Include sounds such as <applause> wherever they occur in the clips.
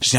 j'ai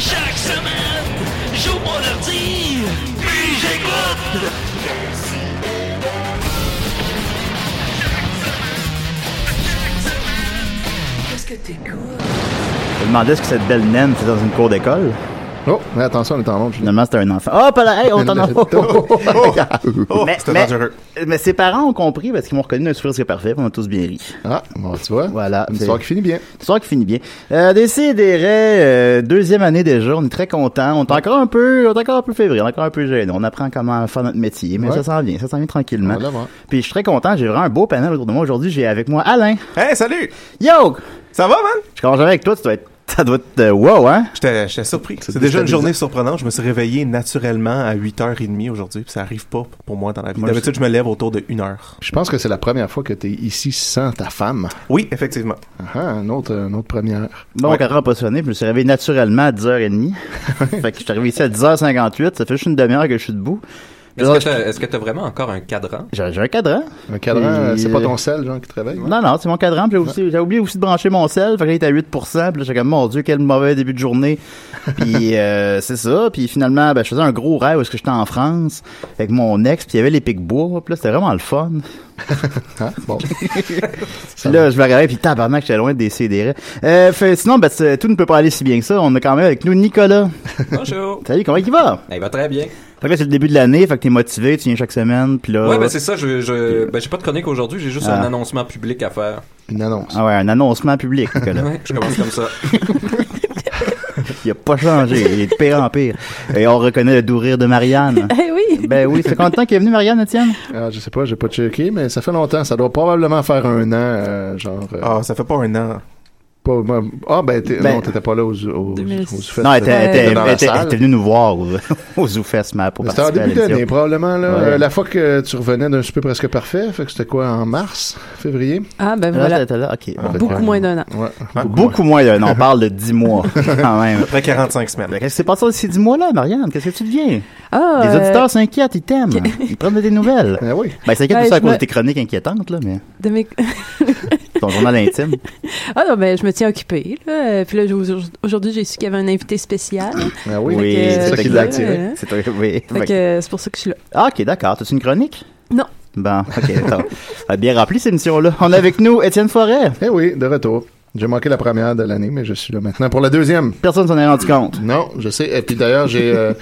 Chaque semaine, j'ouvre mon ordi, puis j'écoute. Je me demandais ce que cette belle naine faisait dans une cour d'école. Oh, mais attention, on est en onde. Julien. oh, Finalement, c'était un enfant. Oh, pas là, <laughs> hey, on t'en a <laughs> mais, C'était mais- dangereux. Euh, mais ses parents ont compris parce qu'ils m'ont reconnu d'un sourire c'est parfait. On a tous bien ri. Ah, bon, tu vois. Voilà, Une c'est- histoire qui finit bien. Une histoire qui finit bien. Euh, Décidérez, euh, deuxième année déjà, on est très content. On est encore un peu, on est encore un peu février, on est encore un peu gêné. On apprend comment faire notre métier, mais Ouais. ça s'en vient, ça s'en vient tranquillement. On va l'avoir. Puis je suis très content, j'ai vraiment un beau panel autour de moi aujourd'hui. J'ai avec moi Alain. Hey, salut! Yo, Ça va, man? je commence jamais avec toi, tu dois être, ça doit être euh, wow, hein. J'étais j'étais surpris. C'est c'était déjà une bizarre. journée surprenante. Je me suis réveillé naturellement à 8h30 aujourd'hui. puis Ça arrive pas pour moi dans la vie. Moi, D'habitude, je me lève autour de 1h. Je pense que c'est la première fois que t'es ici sans ta femme. Oui, effectivement. Ah, ah, un autre, une autre première. Bon, Ouais. quatre heures pas sonné, puis je me suis réveillé naturellement à 10h30. <laughs> fait que je suis arrivé ici à 10h58, ça fait juste une demi-heure que je suis debout. Puis Est-ce là, que t'as- Est-ce que t'as vraiment encore un cadran? J'ai j'ai un cadran. Un cadran, Et- euh, c'est pas ton sel, genre, qui te réveille? Non, non, c'est mon cadran. puis J'ai aussi- j'ai oublié aussi de brancher mon sel. Fait que là, il était à 8%. Puis là, j'étais comme, mon Dieu, quel mauvais début <laughs> de journée. Puis euh, c'est ça. Puis finalement, ben, je faisais un gros rêve où est-ce que j'étais en France avec mon ex. Puis il y avait les pics bois. Puis là, c'était vraiment <laughs> le fun. Ah, bon. Puis là, je me réveille. Puis tabarnak, j'étais loin des CDR. Euh, fait- sinon, ben, c'est- tout ne peut pas aller si bien que ça. On a quand même avec nous Nicolas. Bonjour! Salut, comment il va? Eh, Il va très bien. Fait que là, c'est le début de l'année. Fait que t'es motivé. Tu viens chaque semaine. Puis là. ouais, ben c'est ça, je, je, ben, j'ai pas de chronique aujourd'hui, j'ai juste Euh, Ah. un annoncement public à <laughs> faire. Une annonce. ah ouais, un annoncement public, Nicolas. Ouais, je commence <laughs> comme ça. Il a pas changé, il est de pire en pire. Et on reconnaît le doux rire de Marianne. <laughs> Eh oui. Ben oui, c'est content qu'il est venu Marianne, Étienne. Ah, je sais pas, j'ai pas checké, mais ça fait longtemps. Ça doit probablement faire un an, euh, genre. euh, Ah, ça fait pas un an. pas- moi- ah, ben, t'es- Ben- non, t'étais pas là aux, aux, Mais- aux soufettes. Non, elle était, elle était- Dans la elle était- salle. elle était venue nous voir aux, <laughs> aux Zoufest, mais elle a pas C'était en participé à début d'année, l'émission. probablement, là. Ouais. Euh, la fois que tu revenais d'un souper presque parfait, fait que c'était quoi, en mars, février? Ah ben Là, voilà. t'étais là, ok. Ah, Beaucoup ouais. moins d'un an. Ouais. Beaucoup moins d'un an, on parle de 10 mois, quand même. Après 45 semaines. Qu'est-ce qui s'est passé ces 10 mois-là, Marianne? Qu'est-ce que tu deviens? Ah, Les euh, auditeurs s'inquiètent, ils t'aiment. Ils prennent de tes nouvelles. Ah oui. Ben, ils s'inquiètent Ben, tout ça à je cause me- de tes chroniques inquiétantes, là, mais de mes- ton journal intime. <laughs> ah non, ben je me tiens occupée. Là. Euh, Puis là, j'ai- aujourd'hui, j'ai su qu'il y avait un invité spécial. Ah oui. Oui, Fait que, c'est ça qui euh, l'a ouais. attiré. C'est toi, oui. Fait que, euh, c'est pour ça que je suis là. Ah, ok, d'accord. T'as-tu une chronique? Non. Bon, ok, attends. On a bien rempli cette émission-là. On a avec nous Étienne Forêt. Eh oui, de retour. J'ai manqué la première de l'année, mais je suis là maintenant pour la deuxième. Personne s'en est rendu compte. Non, je sais. Et puis d'ailleurs, j'ai euh,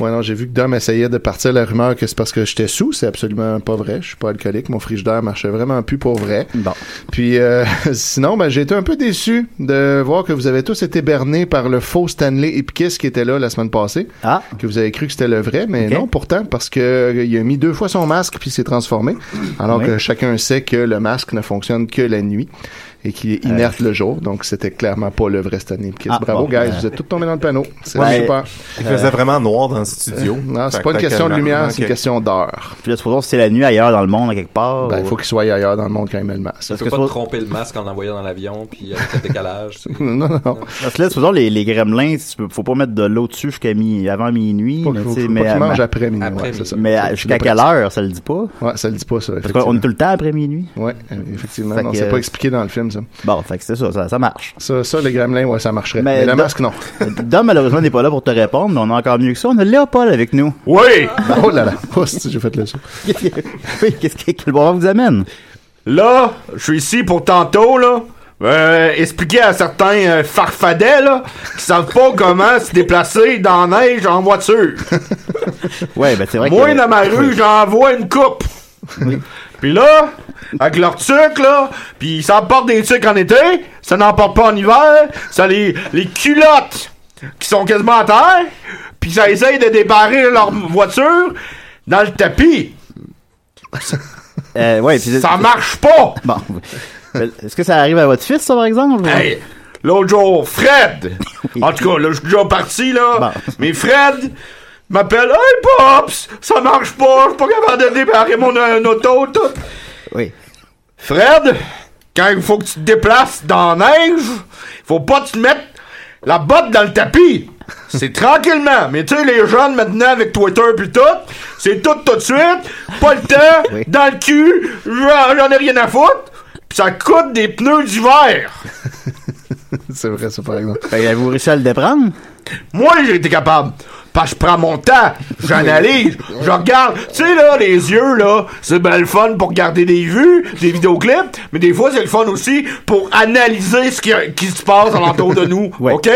ouais, non, j'ai vu que Dom essayait de partir la rumeur que c'est parce que j'étais sous. C'est absolument pas vrai. Je suis pas alcoolique. Mon frigidaire marchait vraiment plus pour vrai. Bon. Puis euh, <laughs> sinon, ben, j'ai été un peu déçu de voir que vous avez tous été bernés par le faux Stanley Ipkiss qui était là la semaine passée. Ah, Que vous avez cru que c'était le vrai, mais Ok. non, pourtant, parce que euh, il a mis deux fois son masque puis il s'est transformé. Alors Oui. que chacun sait que le masque ne fonctionne que la nuit et qu'il est inerte le jour. Donc c'était clairement pas le vrai Stanley Ipkiss. Euh. Ah, Bravo, bon, guys, euh, vous êtes tous tombés dans le panneau. C'est Ouais. super. Euh, Il faisait vraiment noir dans le studio. Non, c'est Fait pas une que question de calme- lumière, ok. c'est une question d'heure. puis là, supposons que c'est la nuit ailleurs dans le monde, à quelque part. Ben, il ou- faut qu'il soit ailleurs dans le monde quand il met le masque. Parce Tu que peux pas faut- te tromper le masque en l'envoyant dans l'avion, puis avec le décalage. tu sais. <laughs> Non, non, non. Parce que là, supposons les, les gremlins, tu peux- faut pas mettre de l'eau dessus jusqu'à mi... avant minuit. Faut mais qu'il faut- tu sais, faut mais- qu'il mange mais- après minuit. après ouais, c'est ça. mais Faut- jusqu'à faut- quelle heure, ça le dit pas? Ouais, ça le dit pas, ça. Parce qu'on est effectivement. tout le temps après minuit. Ouais, euh, effectivement. Fait Non, que- c'est pas expliqué dans le film, ça. Bon, fait que c'est ça, ça, ça marche. Ça, ça, les gremlins, ouais, ça marcherait. Mais Mais, le dans- masque, non. <laughs> Dom, malheureusement, n'est pas là pour te répondre, mais on a encore mieux que ça. On a Léopold avec nous. Oui! Oh là <laughs> là. Oh, si, j'ai fait le saut. <laughs> oui, qu'est-ce que, quel bonheur vous amène? Là, je suis ici pour tantôt, là, euh, expliquer à certains euh, farfadets là, qui savent pas <laughs> comment se déplacer dans la neige en voiture. Ouais, ben c'est vrai Moi, que... dans ma rue, j'envoie une coupe. Puis là, avec leur tuc, là, puis ils s'emportent des tucs en été, ça n'en porte pas en hiver, ça les, les culottes qui sont quasiment à terre, puis ça essaye de débarrer leur voiture dans le tapis. Euh, ouais, puis- Ça marche pas! <laughs> Bon. Ben, Est-ce que ça arrive à votre fils, ça, par exemple? Hey, l'autre jour, <laughs> Fred! En tout cas, là, je suis déjà parti, là. Bon. Mais Fred m'appelle, Hey, Pops! Ça marche pas, je suis pas capable de débarrer mon euh, auto, tout. Oui. Fred, quand il faut que tu te déplaces dans la neige, faut pas que tu te mettes la botte dans le tapis. C'est tranquillement. Mais tu sais, les jeunes maintenant avec Twitter pis tout, c'est tout tout de suite, pas le temps, Oui. dans le cul, j'en j'en ai rien à foutre, pis ça coûte des pneus d'hiver. C'est vrai, ça, par exemple. Fait que avez-vous réussi à le déprendre? Moi, j'ai été capable. Parce que je prends mon temps, j'analyse, je regarde. Tu sais, là, les yeux, là, c'est bien le fun pour garder des vues, des vidéoclips, mais des fois, c'est le fun aussi pour analyser ce qui, qui se passe alentour de nous. Ouais. OK?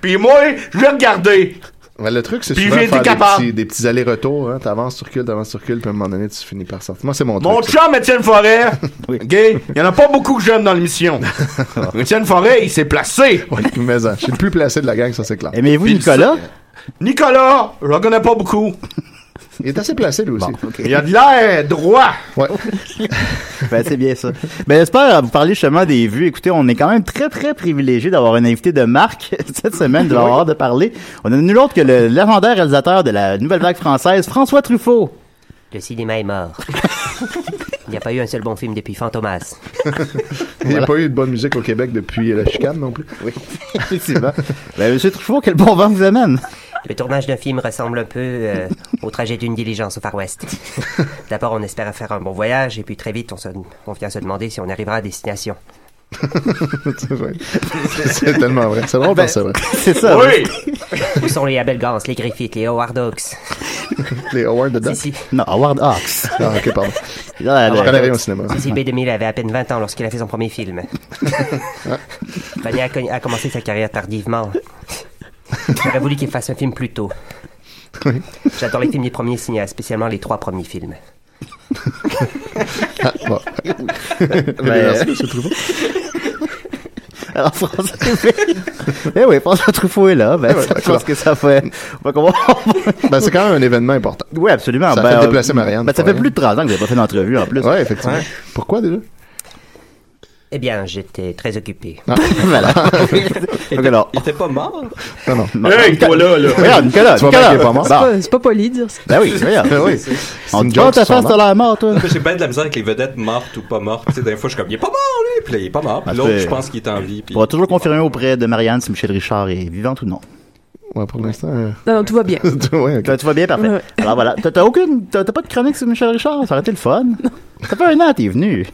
Puis moi, je l'ai regardé. Mais le truc, c'est Puis souvent j'ai été faire des capable. petits, des petits allers-retours. Hein. T'avances, tu recules, t'avances, tu recules, puis à un moment donné, tu finis par sortir. Moi, c'est mon, Mon truc. chum, <laughs> Étienne Forêt, Oui. OK? Il y en a pas beaucoup que j'aime dans l'émission. Étienne Forêt, il s'est placé. ça. Mais, hein, je suis le plus placé de la gang, ça, c'est clair. Aimez-vous Puis Nicolas? Nicolas, je le connais pas beaucoup. Il est assez placé, lui aussi. Il a de l'air droit. Ouais. Ben, c'est bien ça. Ben, j'espère vous parler justement des vues. Écoutez, on est quand même très, très privilégié d'avoir un invité de marque <laughs> cette semaine, de l'avoir de parler. On a nul autre que le légendaire réalisateur de la nouvelle vague française, François Truffaut. Le cinéma est mort. Il n'y a pas eu un seul bon film depuis Fantomas. <laughs> Il n'y a pas eu de bonne musique au Québec depuis la chicane non plus. <laughs> <laughs> Effectivement. Ben, monsieur Truffaut, quel bon vent vous amène. Le tournage d'un film ressemble un peu euh, au trajet d'une diligence au Far <laughs> West. D'abord, on espère faire un bon voyage, et puis très vite, on, se- on vient se demander si on arrivera à destination. <laughs> C'est vrai. C'est tellement vrai. C'est drôle Ben, parce que c'est vrai. C'est ça. Oui! hein. Où sont les Abel Gance, les Griffith, les Howard Hawks <laughs> Les Howard dedans. Si, si, Non, Howard Hawks. Ah, ok, pardon. Là, Je là, connais rien au cinéma. si, si, B2000 avait à peine 20 ans lorsqu'il a fait son premier <laughs> film. Vanier a, con- a commencé sa carrière tardivement. J'aurais voulu qu'il fasse un film plus tôt. J'adore les films des premiers cinéastes, spécialement les trois premiers films. <laughs> Ah, <laughs> bon. <laughs> Eh ben, <laughs> Alors, François Eh oui, François Truffaut est là. Eh Ben, ça, je pense que ça fait... on va commencer- Ben, c'est quand même un événement important. oui, absolument. Ça a ben, fait euh, déplacer Marianne, Ben, ça pour fait rien. plus de 30 ans que vous n'avez pas fait d'entrevue, en plus. Ouais, effectivement. Pourquoi déjà? Bah, Eh bien, j'étais très occupé. Ah, <laughs> <laughs> voilà. Donc, alors, Il était pas mort? <laughs> Non, non. Hey, toi <laughs> là, là! Regarde, Nicolas, Tu vas Nicolas. bien qu'il est pas mort. Bon, pas- c'est pas poli de dire ça. <laughs> ben oui, regarde. Ah <laughs> oui. On une te voit joke, ta sûrement. face, t'as l'air mort, toi. J'ai bien de la misère avec les vedettes mortes ou pas mortes. Tu sais, des fois, je suis comme, il est pas mort, lui! Puis là, il est pas mort. Puis Ah, l'autre, c'est- je pense qu'il est en vie. Puis... On va toujours confirmer auprès de Marianne si Michel Richard est vivante ou non. Ouais, pour l'instant. euh, Non, non, tout va <laughs> bien. ouais, ok. Toi, tu vas bien, parfait. Ouais. Alors voilà, t'as t'as aucune, t'as t'as pas de chronique sur Michel Richard, ça aurait été le fun. Ça fait un an, t'es venu.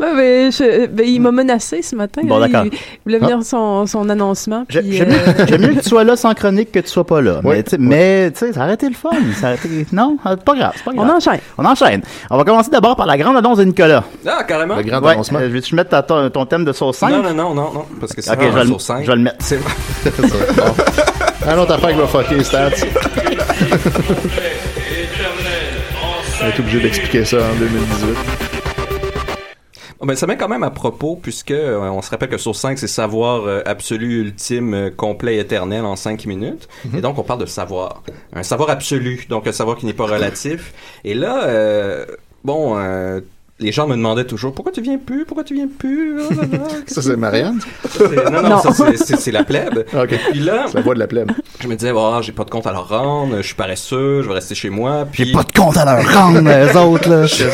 Ouais, ben, je- ben, il m'a menacé ce matin. Bon, là. d'accord. Ah. Il, il voulait venir son, son annoncement. J'ai- puis, J'aime euh, mieux, j'aime mieux que tu sois là sans chronique que tu sois pas là. Ouais. Mais, tu sais, mais, tu sais, ça aurait été le fun. Ça aurait été- Non, ah, pas grave, c'est pas grave. on enchaîne. On enchaîne. On va commencer d'abord par la grande annonce de Nicolas. Ah, carrément? Le grand Ouais, annoncement. euh, Veux-tu mettre ta- ton, ton thème de sauce 5? Non, non, non, non, non. Parce que c'est Ok, vraiment je vais, un le, sur cinq. je vais le mettre. <laughs> C'est vrai. Un autre affaire qui va fucker les stats. On est obligé d'expliquer ça en 2018. Oh, ben, ça met quand même à propos, puisque euh, on se rappelle que sur 5, c'est savoir euh, absolu, ultime, euh, complet, éternel en 5 minutes. Mhm. Et donc, on parle de savoir. Un savoir absolu, donc un savoir qui n'est pas relatif. Et là, euh, bon, euh, les gens me demandaient toujours, pourquoi tu viens plus? Pourquoi tu viens plus? Blablabla. Ça, c'est Marianne. C'est- Non, non, Non. ça, c'est- c'est c'est la plèbe. <laughs> Ok. Puis là, C'est la voix de la plèbe. je me disais, oh, j'ai pas de compte à leur rendre, je suis paresseux, je vais rester chez moi. Puis, Pas de compte à Ah. leur rendre, eux autres, là. j'ai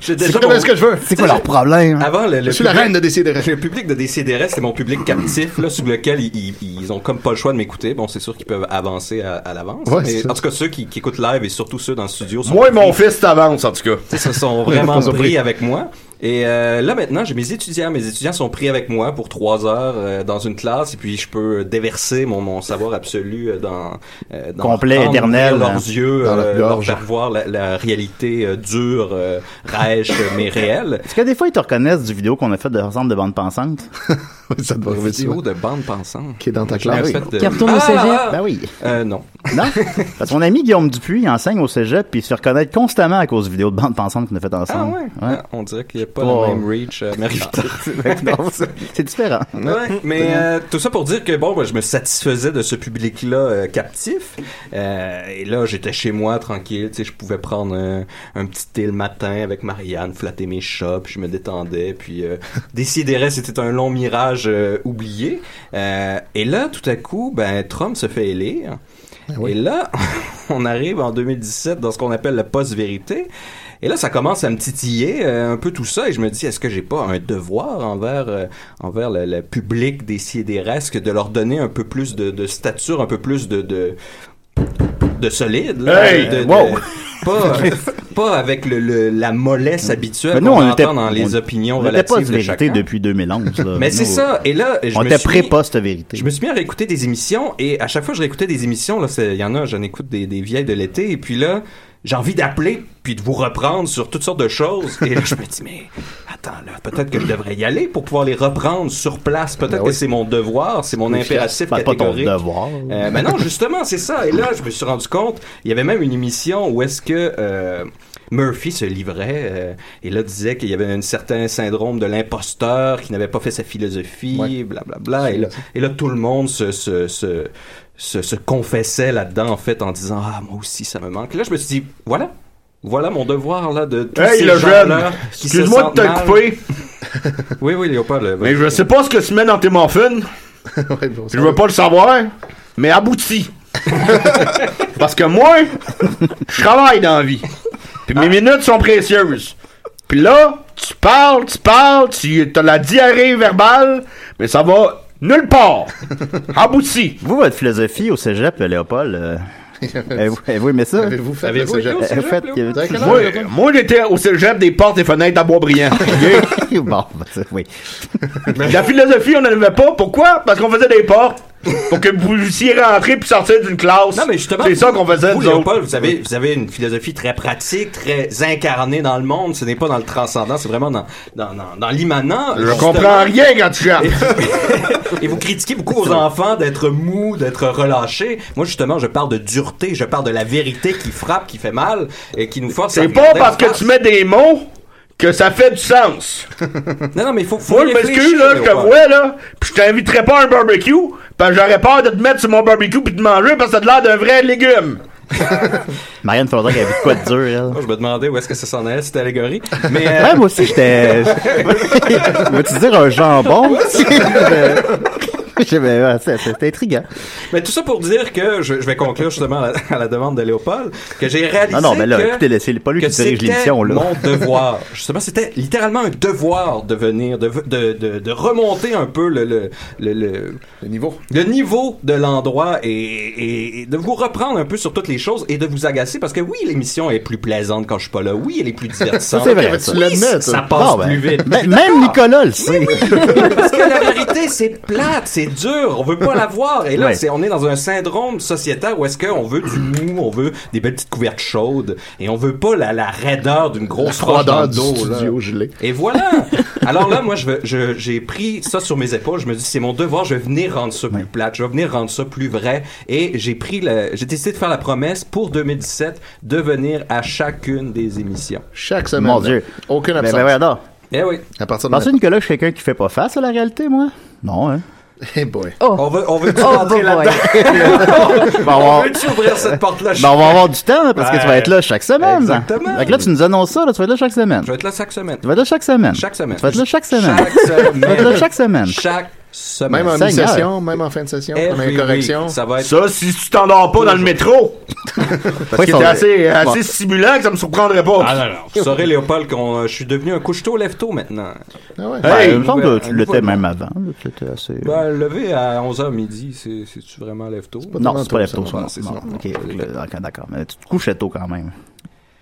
C'est déjà comme mon- ce que je veux. C'est quoi leur problème? Avant, le, le Je suis la public- reine de décider. Le public de DCDRS, c'est mon public captif, là, sur lequel ils, ils, ils ont comme pas le choix de m'écouter. Bon, c'est sûr qu'ils peuvent avancer à, à l'avance. Ouais, c'est mais ça. en tout cas, ceux qui, qui écoutent live et surtout ceux dans le studio sont, Moi et mon fils t'avancent, en tout cas. <laughs> tu sais, se sont vraiment Ils sont pris pris. avec moi. Et euh, là maintenant, j'ai mes étudiants. Mes étudiants sont pris avec moi pour trois heures euh, dans une classe et puis je peux déverser mon, mon savoir absolu euh, dans, euh, dans Complet, dans- éternel, dans hein, leurs yeux, dans leur euh, leur gorge. faire voir la, la réalité euh, dure, euh, rêche, mais réelle. Est-ce que des fois, ils te reconnaissent du vidéo qu'on a fait de ensemble de bande <laughs> pensante? ça doit Une vidéo de bande pensante. Qui est dans ta classe. J'ai fait, euh, Qui retourne au ah, cégep. ah, Ben oui. Euh, non. <laughs> Non? Parce que mon ami Guillaume Dupuis, il enseigne au cégep, puis il se fait reconnaître constamment à cause de vidéos de bande pensante qu'on a faites Ah ensemble. ouais. Ouais. Ah, On dirait qu'il n'y a pas Oh. le même reach à Marie <laughs> Non, c'est- C'est différent. Ouais, mais euh, tout ça pour dire que bon, ben, je me satisfaisais de ce public-là euh, captif. Euh, et là, j'étais chez moi tranquille, tu sais, je pouvais prendre un, un petit thé le matin avec Marianne, flatter mes chats, puis je me détendais, puis <laughs> euh, décidérait, c'était un long mirage euh, oublié. Euh, et là, tout à coup, ben Trump se fait élire. Ah Et là, <laughs> on arrive en 2017 dans ce qu'on appelle la post-vérité. Et là, ça commence à me titiller euh, un peu tout ça, et je me dis, est-ce que j'ai pas un devoir envers euh, envers le, le public des sidéresques de leur donner un peu plus de, de stature, un peu plus de de, de solide, là, Hey, de- de- wow. <laughs> pas pas avec le, le- la mollesse habituelle Mais qu'on entend dans les on- opinions on était relatives pas de vérité chacun. depuis 2011. là. Mais c'est Nous, ça. Et là, je on me était suis- pré-post-vérité. je me suis mis à réécouter des émissions et à chaque fois que je réécoutais des émissions, là, c'est- il y en a, j'en écoute des, des vieilles de l'été et puis là, j'ai envie d'appeler puis de vous reprendre sur toutes sortes de choses. Et là, je me dis, mais attends, là, peut-être que je devrais y aller pour pouvoir les reprendre sur place. Ben Peut-être que c'est mon devoir, c'est mon impératif Pas- pas ton catégorique. devoir. Euh, ben non, justement, c'est ça. Et là, je me suis rendu compte, il y avait même une émission où est-ce que euh, Murphy se livrait euh, et là disait qu'il y avait un certain syndrome de l'imposteur, qui n'avait pas fait sa philosophie, blablabla. Et, là, et là, tout le monde se... se, se se, se confessait là-dedans en fait en disant ah moi aussi ça me manque Et là je me suis dit voilà voilà mon devoir là de tous Hey, ces le gens-là jeune! qui se Excuse-moi de sentent te mal. couper, oui oui Léopold vas-y. mais je sais pas ce que tu mets dans tes <laughs> morphines. Je veux pas le savoir, <laughs> mais abouti. Parce que moi, je travaille dans la vie. Puis Ah. mes minutes sont précieuses. Puis là, tu parles, tu parles, tu as la diarrhée verbale, mais ça va nulle <laughs> part. Abouti. Vous, votre philosophie au cégep, <laughs> Léopold, euh, avez-vous avez-vous aimé ça? Avez-vous fait Avez-vous le été au cégep? cégep, En fait, il y avait- Vous avez quel âge, Moi, Antoine? moi, j'étais au cégep des portes et fenêtres à <laughs> Boisbriand. OK? bon, ben, ça, oui. La philosophie, on n'en avait pas. Pourquoi? Parce qu'on faisait des portes pour que vous puissiez rentrer puis sortir d'une classe. Non, mais justement. C'est ça qu'on faisait, Vous, nous autres. Léopold, vous avez, vous avez une philosophie très pratique, très incarnée dans le monde. Ce n'est pas dans le transcendant, c'est vraiment dans, dans, dans, dans l'immanent. Je justement. comprends rien quand tu chantes. Et <laughs> vous critiquez beaucoup aux enfants d'être mous, d'être relâchés. Moi, justement, je parle de dureté, je parle de la vérité qui frappe, qui fait mal et qui nous force à C'est pas regarder en parce que face. tu mets des mots que ça fait du sens. <laughs> Non, non, mais il faut, faut Moi, je réfléchir, m'excuse, là, je te Léopold. vois, là, pis je t'inviterai pas à un barbecue, parce que j'aurais peur de te mettre sur mon barbecue pis de manger parce que t'as de l'air d'un vrai légume. Marianne, faudrait qu'elle ait vu de quoi de dur, elle. Moi, Je me demandais où est-ce que ça s'en allait, cette allégorie. Mais, euh, Ouais, moi aussi, j'étais. <laughs> <laughs> Veux-tu dire un <laughs> jambon? J'ai- ben, ouais, c'est- C'était intriguant. mais tout ça pour dire que, je, je vais conclure justement à la, à la demande de Léopold, que j'ai réalisé Non, non, mais là, que... écoutez, c'est pas lui que qui dirige c'était l'émission, là. Mon devoir. Justement, c'était littéralement un devoir de venir, de, de, de, de remonter un peu le, le, le, le, Le niveau. le niveau de l'endroit et, et- et de vous reprendre un peu sur toutes les choses et de vous agacer parce que oui, l'émission est plus plaisante quand je suis pas là. Oui, elle est <laughs> plus Ça, divertissante. c'est vrai. mais tu ça. Oui, l'admets, toi. ça passe Bon, ben, plus vite. Ah! ben, même Nicolas le sait. Parce que la vérité, c'est plate, c'est dur, on veut pas la voir. Et là, Ouais. c'est, on est dans un syndrome sociétaire où est-ce qu'on veut du mou, on veut des belles petites couvertes chaudes, et on veut pas la, la raideur d'une grosse roche dans Froideur le du dos. là. studio gelé. Et voilà! Alors là, moi, je veux- je- j'ai pris ça sur mes épaules. Je me dis, c'est mon devoir, je vais venir rendre ça plus plate, je vais venir rendre ça plus vrai. Et j'ai pris le, j'ai décidé de faire la promesse pour 2017 de venir à chacune des émissions. Chaque semaine. Mon Dieu. Aucune Ben, absence. ben, ouais, non. Eh oui. à partir de Pensez, maintenant. Nicolas, que je suis quelqu'un qui fait pas face à la réalité, moi? Non, hein. Hey boy. On veut, on veut Oh. boy. <laughs> Bon, Ben, on- On veut-tu ouvrir cette porte-là? Ben, on va avoir du temps, hein, parce que tu vas être là chaque semaine. Exactement. Fait que là, tu nous annonces ça, là, tu vas être là chaque semaine. Je vais être là chaque semaine. Tu vas être là chaque semaine. Chaque semaine. Tu vas être là chaque semaine. Chaque semaine. Tu vas être là chaque semaine. Chaque semaine. Même en Seigneur. Eh mi-session, même en fin de session, Every comme une week, correction. Ça va être. Ça, si tu t'endors pas dans le métro, parce Ouais, que ça t'es va- assez, assez stimulant que ça me surprendrait pas. Ah, Vous saurez, Léopold, qu'on, euh, je suis devenu un couche-tôt lève-tôt maintenant. Ah ouais. Ben, Hey, il me semble que nouvelle- tu l'étais nouvelle- même avant. là, tu étais assez- Ben, lever à 11h midi, c'est- c'est-tu vraiment lève-tôt? Non, c'est pas lève-tôt, ça, ça. non, non. c'est Non, ok, d'accord, d'accord. Mais tu te couchais tôt quand même.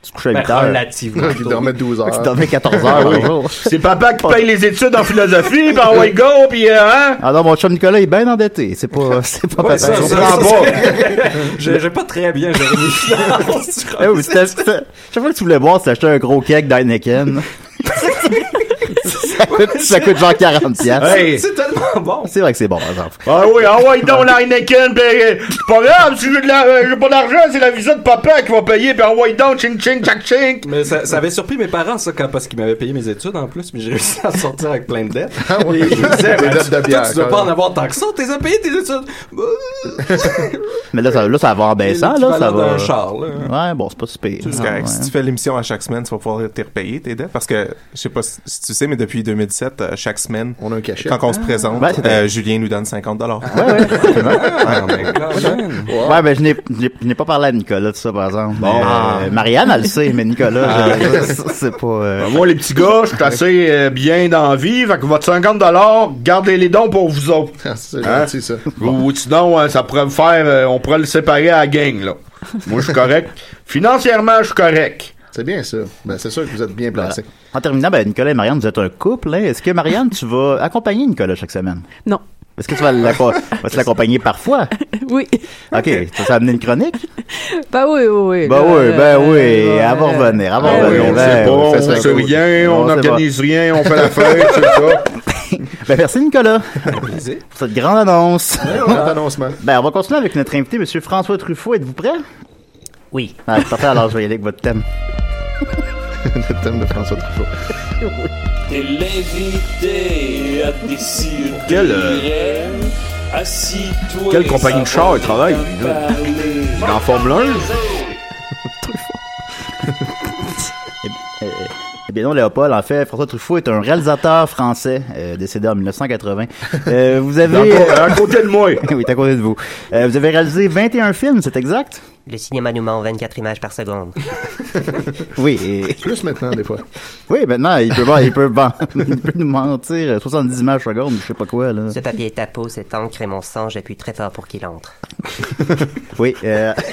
Tu te couchais à Ben, 8 heures. relativement <laughs> <laughs> Il tôt. dormait 12 heures. Tu dormais 14 <laughs> heures par jour. C'est papa qui paye les études en philosophie, ben ouais, go, pis euh, hein? Ah non, mon chum Nicolas est bien endetté. <laughs> C'est pas, c'est pas Ouais, papa. ça, ça, comprends ça, <laughs> pas. c'est- J'ai j'ai pas très bien géré mes <laughs> <laughs> finances. Eh oui, c'était- c'était- chaque fois que tu voulais boire, tu achetais un gros cake d'Heineken. ça, coûte, <laughs> ça coûte genre 40 piastres. Hey! C'est tellement bon. C'est vrai que c'est bon, par exemple. Ah oui, ah ouais, donc l'Heineken, ben, euh, c'est pas grave, si j'ai de la- euh, j'ai pas d'argent, c'est la visa de papa qui va payer, pis ah ouais, donc, ching ching, tchac ching. Mais ça, ça avait surpris mes parents, ça, quand, parce qu'ils m'avaient payé mes études en plus, mais j'ai réussi à sortir avec plein de dettes. Ah oui. Et ils me disaient, Des Ben, dettes tu- de toi, bière, Tu dois quand pas en même. avoir tant que ça, t'es payé tes études. Bah, Mais là, ça, là, ça va en baissant, là. Ça l'équivalent va. d'un char, là. Ouais, bon, c'est pas si pire. hein. C'est hein, Ah, correct. ouais. Si tu fais l'émission à chaque semaine, tu vas pouvoir te repayer tes dettes. Parce que, je sais pas si si tu sais, mais depuis 2017, euh, chaque semaine, On a un cachet. quand on se présente, Ah. Ouais, c'est euh, Julien nous donne 50 Ah, mais quand même. Ouais, ben, je n'ai, je n'ai- je n'ai pas parlé à Nicolas de ça, par exemple. Mais, euh, Marianne, elle le sait, mais Ah. Nicolas, je- c'est pas. euh, Ben, moi, les petits gars, je suis assez euh, bien dans la vie, fait que votre 50$, gardez les dons pour vous autres. <laughs> Ah, C'est Hein? gentil, ça. Ou, ou sinon, euh, ça pourrait me faire, euh, on pourrait le séparer à la gang, là. Moi, je <laughs> suis correct. Financièrement, je suis correct. C'est bien ça. Ben, c'est sûr que vous êtes bien voilà. placé. En terminant, ben, Nicolas et Marianne, vous êtes un couple. Hein. Est-ce que Marianne, tu vas accompagner Nicolas chaque semaine? Non. Est-ce que tu <laughs> vas, l'acco- vas-tu l'accompagner parfois? Oui. OK. Ça va amener une chronique? Ben oui, oui, oui. Ben là, oui, ben euh, oui. ouais. Elle va revenir, elle va Ah ouais, Ah oui, revenir. on ben, sait pas, oui. fait ça on sait cool. rien, On on sait n'organise rien, on fait la fête, c'est ça. <laughs> Ben, merci Nicolas plaisir. pour cette grande annonce. Grand annoncement. Ben, on va continuer avec notre invité, Monsieur François Truffaut. Êtes-vous prêt? Oui. Ah, parfait, alors je vais y aller avec votre <laughs> thème. Le thème de François Truffaut. T'es l'invité à décider. Quelle, euh, Assis-toi. quelle compagnie de char il travaille, lui, là? là? Dans Formule 1, Eh bien non, Léopold, en fait, François Truffaut est un réalisateur français euh, décédé en 1980. Euh, vous dans- hein, avez... à côté de moi. <laughs> oui, il est à côté de vous. Euh, vous avez réalisé 21 films, c'est exact? Le cinéma nous ment 24 images par seconde. Oui, et- Plus maintenant, des fois. oui, maintenant, il peut, il peut, <laughs> il peut nous mentir euh, 70 images par seconde, je sais pas quoi, là. Ce papier est ta peau, cette encre et mon sang, j'appuie très fort pour qu'il entre. Oui. euh, <laughs>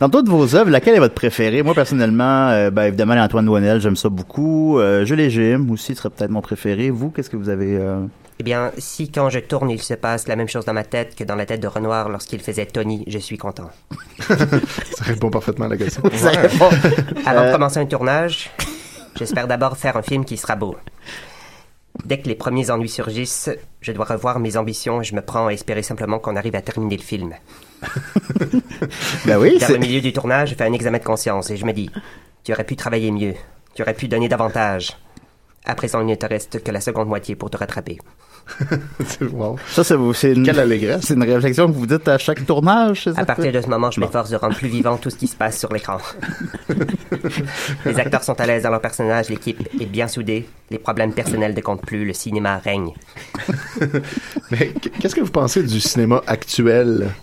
Dans toutes vos œuvres, laquelle est votre préférée? Moi, personnellement, euh, ben, évidemment, Antoine Douanel, j'aime ça beaucoup. Euh, je les j'aime aussi, serait peut-être mon préféré. Vous, qu'est-ce que vous avez... euh, Eh bien, si quand je tourne, il se passe la même chose dans ma tête que dans la tête de Renoir lorsqu'il faisait Tony, je suis content. Ça répond parfaitement à la <laughs> question. Euh, vous savez pas? <laughs> Euh, Avant de commencer un tournage, j'espère d'abord faire un film qui sera beau. Dès que les premiers ennuis surgissent, je dois revoir mes ambitions et je me prends à espérer simplement qu'on arrive à terminer le film. <laughs> Ben oui, Vers le c'est... milieu du tournage, je fais un examen de conscience et je me dis Tu aurais pu travailler mieux, tu aurais pu donner davantage. À présent, il ne te reste que la seconde moitié pour te rattraper. C'est- wow. Ça, c'est, vous- c'est une... Quelle allégresse. C'est une réflexion que vous dites à chaque tournage, c'est ça? À partir de ce moment, je m'efforce de rendre plus vivant tout ce qui se passe sur <laughs> l'écran. les acteurs sont à l'aise dans leur personnage, l'équipe est bien soudée, les problèmes personnels ne comptent plus, le cinéma règne. Mais qu- qu'est-ce que vous pensez du cinéma actuel? <laughs>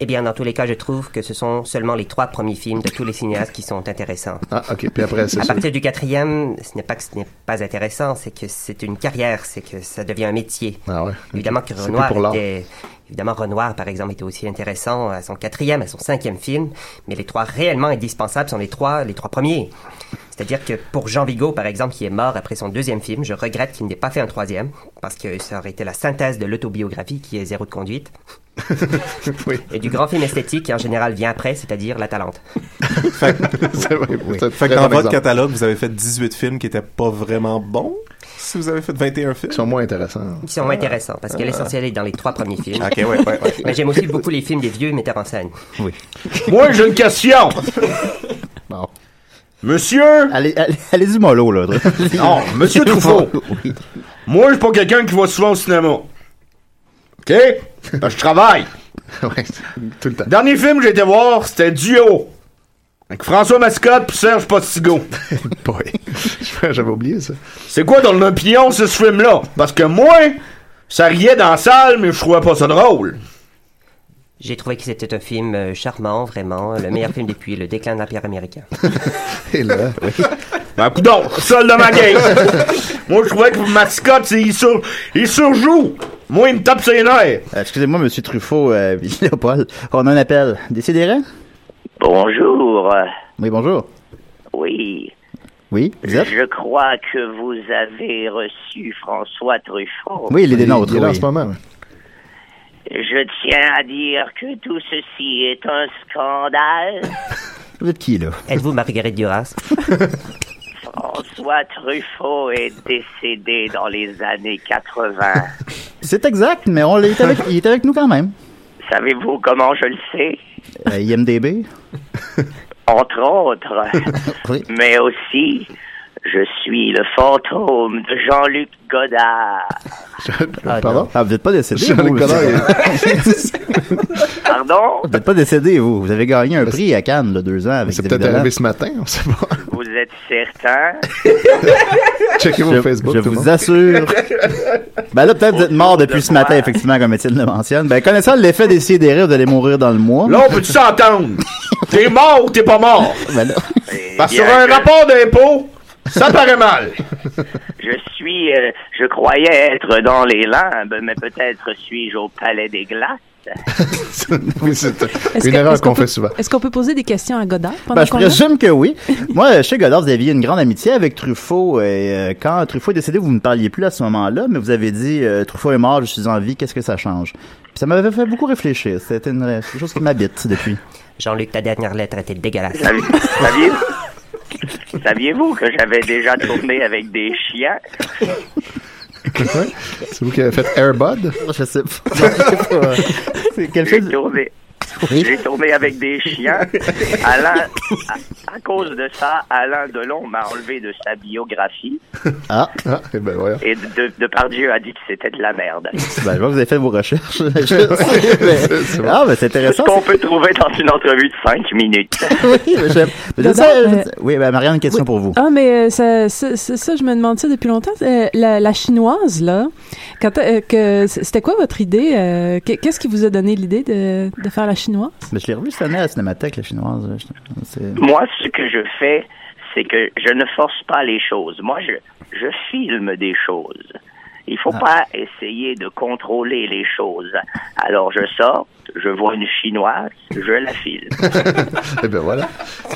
Eh bien, dans tous les cas, je trouve que ce sont seulement les trois premiers films de tous les cinéastes qui sont intéressants. Ah, OK. Puis après, c'est À ça. partir du quatrième, ce n'est pas que ce n'est pas intéressant, c'est que c'est une carrière, c'est que ça devient un métier. Ah ouais. Évidemment que C'est plus Renoir pour l'art. était... Évidemment, Renoir, par exemple, était aussi intéressant à son quatrième, à son cinquième film, mais les trois réellement indispensables sont les trois, les trois premiers. C'est-à-dire que pour Jean Vigo, par exemple, qui est mort après son deuxième film, je regrette qu'il n'ait pas fait un troisième, parce que ça aurait été la synthèse de l'autobiographie qui est Zéro de conduite. Et du grand film esthétique qui, en général, vient après, c'est-à-dire La Talente. <laughs> C'est vrai. C'est Fait un que très dans bon votre exemple. catalogue, vous avez fait 18 films qui étaient pas vraiment bons. Si vous avez fait 21 films. Euh, Ils sont moins intéressants. Qui sont intéressants, parce que l'essentiel est dans les trois premiers films. Ah. Ok, ouais, ouais, ouais. Mais j'aime aussi beaucoup les films des vieux metteurs en scène. <laughs> Moi, j'ai une question. Bon. Monsieur, Allez, allez, allez-y mollo, là. <laughs> non, monsieur Truffaut. Oui. Moi, je suis pas quelqu'un qui va souvent au cinéma. OK? Ben, je travaille. <laughs> Ouais, Tout le temps. Dernier film que j'ai été voir, c'était Duo. Avec François Mascotte puis Serge Postigo. <laughs> Boy. J'avais oublié ça. C'est quoi dans l'opinion ce film-là? Parce que moi, ça riait dans la salle, mais je trouvais pas ça drôle. J'ai trouvé que c'était un film euh, charmant, vraiment. Le meilleur film depuis le déclin de l'Empire américain. Et là, Ben, coudonc, je suis seul de <laughs> ma game. moi, je trouvais que Mascotte, c'est- il, sur... il surjoue. Moi, il me tape ses nerfs. <laughs> Euh, excusez-moi, Monsieur Truffaut, euh, Léopold, on a un appel. Décidérez? Bonjour. Oui, bonjour. Oui. Oui, vous êtes? Je crois que vous avez reçu François Truffaut. Oui, il est des nôtres. est là en oui. ce moment. Je tiens à dire que tout ceci est un scandale. <laughs> Vous êtes qui, là? Êtes-vous Marguerite Duras? François Truffaut est décédé dans les années 80. <laughs> C'est exact, mais on l'est avec- il est avec nous quand même. Savez-vous comment je le sais Euh, IMDB. Entre autres. <laughs> Mais aussi, je suis le fantôme de Jean-Luc Godard. Pardon? Ah, vous n'êtes pas décédé, Jean-Luc vous. Godard <laughs> Pardon Vous n'êtes pas décédé, vous. Vous avez gagné un prix à Cannes, là, deux ans. avec C'est peut-être arrivé ce matin, on sait pas. <laughs> Vous êtes certain <laughs> Checkez mon je, Facebook, Je tout le vous monde. <laughs> assure. Ben là, peut-être vous êtes mort depuis ce matin, effectivement, comme Étienne le mentionne. Ben, connaissant l'effet des sidérés, vous allez mourir dans le mois. Là, on <laughs> peut-tu s'entendre? t'es mort ou t'es pas mort? Ben là. Parce que sur bien un que- rapport d'impôt, ça paraît mal. Je suis, euh, je croyais être dans les limbes, mais peut-être suis-je au Palais des Glaces. oui, c'est Est-ce une que- erreur est-ce qu'on peut- fait souvent. Est-ce qu'on peut poser des questions à Godard pendant Ben, je qu'on l'a? présume <laughs> que oui. Moi, chez Godard, vous aviez une grande amitié avec Truffaut. Et, euh, quand Truffaut est décédé, vous ne parliez plus à ce moment-là, mais vous avez dit euh, Truffaut est mort, je suis en vie, qu'est-ce que ça change Puis Ça m'avait fait beaucoup réfléchir. C'était une, euh, chose qui m'habite depuis. Jean-Luc, ta dernière lettre était dégueulasse. Saviez- Saviez-vous que j'avais déjà tourné avec des chiens c'est vous qui avez fait Airbud? Je sais pas. <laughs> C'est J'ai tourné. J'ai tourné avec des chiens. Alain, à, à cause de ça, Alain Delon m'a enlevé de sa biographie Ah, ah eh ben voilà. et de, de, Depardieu a dit que c'était de la <laughs> merde. Ben, je vois que vous avez fait vos recherches. Je sais, mais- Ah, ben, <laughs> c'est Ce intéressant. qu'on peut trouver dans une entrevue de 5 minutes. oui, mais j'aime- mais je Godard, sais- je euh, sais- oui, ben, Marianne, une question pour vous. Ah, mais euh, ça, ça, ça, ça, je me demande ça depuis longtemps. Euh, la, la chinoise, là, quand, euh, que, c'était quoi votre idée? euh, que- Qu'est-ce qui vous a donné l'idée de, de faire la chinoise? Mais je l'ai revu cette année à la Cinémathèque, la chinoise. là. Je- c'est- <laughs> Moi, ce que je fais, c'est que je ne force pas les choses. Moi, je, je filme des choses. Il faut pas essayer de contrôler les choses. Alors, je sors, je vois une chinoise, je la filme. Eh ben voilà.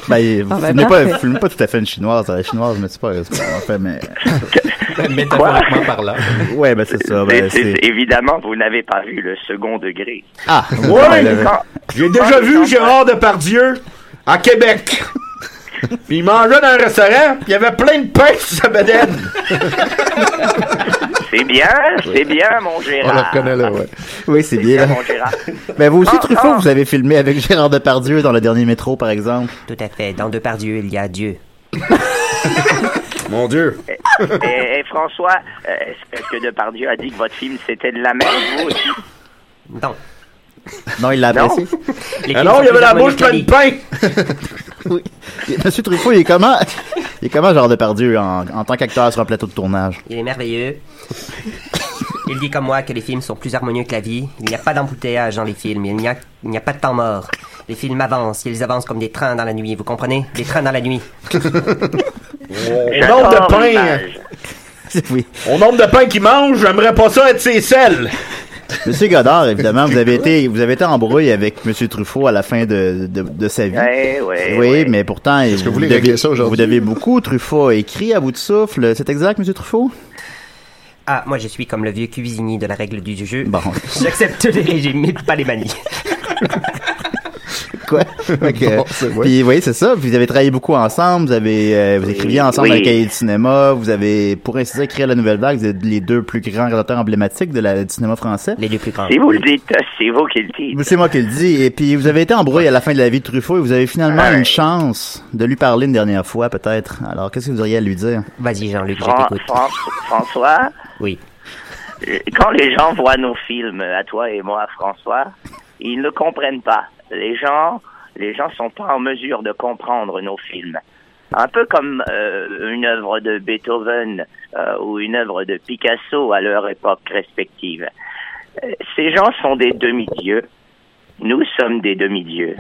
Ben, vous Ah, ben, filmez pas, parfait. vous filmez pas tout à fait une chinoise. La chinoise, mais c'est pas, c'est pas- en fait, mais. <laughs> euh, Métaphoriquement <laughs> parlant. Ouais, ben, c'est ça. C'est- Ben, c'est- c'est. évidemment, vous n'avez pas vu le second degré. Ah! Ouais, ben, quand- j'ai déjà vu Gérard Depardieu à <laughs> Québec. Puis il mangeait dans un restaurant, puis il y avait plein de pain sur sa bedaine. C'est bien, c'est bien, mon <laughs> Gérard. là, ouais. Oui, c'est C'est bien. bien, mon Gérard. <laughs> Mais vous aussi, Ah, Truffaut, ah. vous avez filmé avec Gérard Depardieu dans le dernier métro, par exemple. Tout à fait. Dans Depardieu, il y a <laughs> Dieu. Mon Dieu! Et, et François, euh, est-ce est-ce que Depardieu a dit que votre film c'était de la merde, vous aussi? Non. Non, il l'a apprécié. Les Ah films non, sont il y avait la plus bouche pleine de harmoniques. pain. Monsieur Truffaut, il est comment? Il est comment, Gérard Depardieu, en, en tant qu'acteur sur un plateau de tournage? <laughs> Il est merveilleux. Il dit comme moi que les films sont plus harmonieux que la vie. Il n'y a pas d'embouteillage dans les films. Il n'y a, il n'y a pas de temps mort. Les films avancent. Ils avancent comme des trains dans la nuit. Vous comprenez Des trains dans la <laughs> nuit. Au nombre de J'adore pain. l'image. Oui. Au nombre de pain qu'il mange, j'aimerais pas ça être ses selles. Monsieur Godard, évidemment, vous avez été, vous avez été en brouille avec Monsieur Truffaut à la fin de, de, de sa vie. Ouais, ouais, oui, ouais. mais pourtant, que vous voulez régler ça aujourd'hui? vous devez beaucoup. Truffaut a écrit à bout de souffle. C'est exact, Monsieur Truffaut? Ah, moi je suis comme le vieux cuisinier de la règle du jeu. Bon. <laughs> J'accepte les régimes, mais pas les manies. <laughs> <laughs> Quoi? <laughs> Ok. Bon, c'est vrai. Puis, oui, c'est ça. Vous avez travaillé beaucoup ensemble. Vous avez, euh, vous écriviez ensemble oui. dans le cahier du cinéma. Vous avez, pour ainsi dire, créé la nouvelle vague. Vous êtes les deux plus grands réalisateurs emblématiques de la, du cinéma français. Les deux plus grands. Si vous le dites, c'est vous qui le dites. C'est moi qui le dis. Et puis, vous avez été embrouillé à la fin de la vie de Truffaut et vous avez finalement Ouais. une chance de lui parler une dernière fois, peut-être. Alors, qu'est-ce que vous auriez à lui dire? Vas-y Jean-Luc, je Fran- t'écoute. Fran- François, Oui. euh, quand les gens voient nos films, à toi et moi, François, ils ne comprennent pas. Les gens, les gens sont pas en mesure de comprendre nos films. Un peu comme euh, une œuvre de Beethoven euh, ou une œuvre de Picasso à leur époque respective. Euh, Ces gens sont des demi-dieux. Nous sommes des demi-dieux.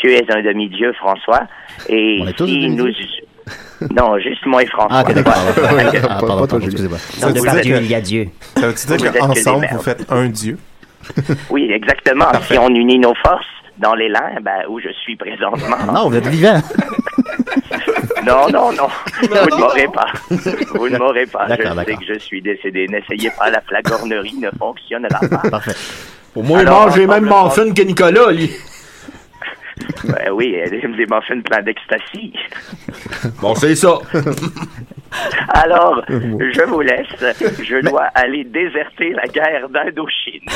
Tu es un demi-dieu, François. Et On est tous si des nous... <laughs> Non, juste moi et François. Ah, ok, d'accord. <laughs> Ah, Pas- pardon, pas toi, pardon, Julie. excusez-moi. Dans Ça veut dire Depardieu, que- il y a Dieu. Ça veut Vous dire êtes que des qu'ensemble, merdes. vous faites un dieu? Oui, exactement. Si on unit nos forces, dans l'élan ben, où je suis présentement. Non, vous <laughs> êtes vivant. Non, non, non. Vous ne m'aurez pas. Vous ne m'aurez pas. Je D'accord, sais d'accord. que je suis décédé. N'essayez pas, la flagornerie ne fonctionnera pas. Parfait. Au moins, il Alors, mange les ensemble, mêmes morphines que Nicolas, lui. Ben oui, elle me démentionne plein d'extasie. Bon, c'est ça. <laughs> <laughs> Alors, je vous laisse. Je dois aller déserter la guerre <laughs> d'Indochine.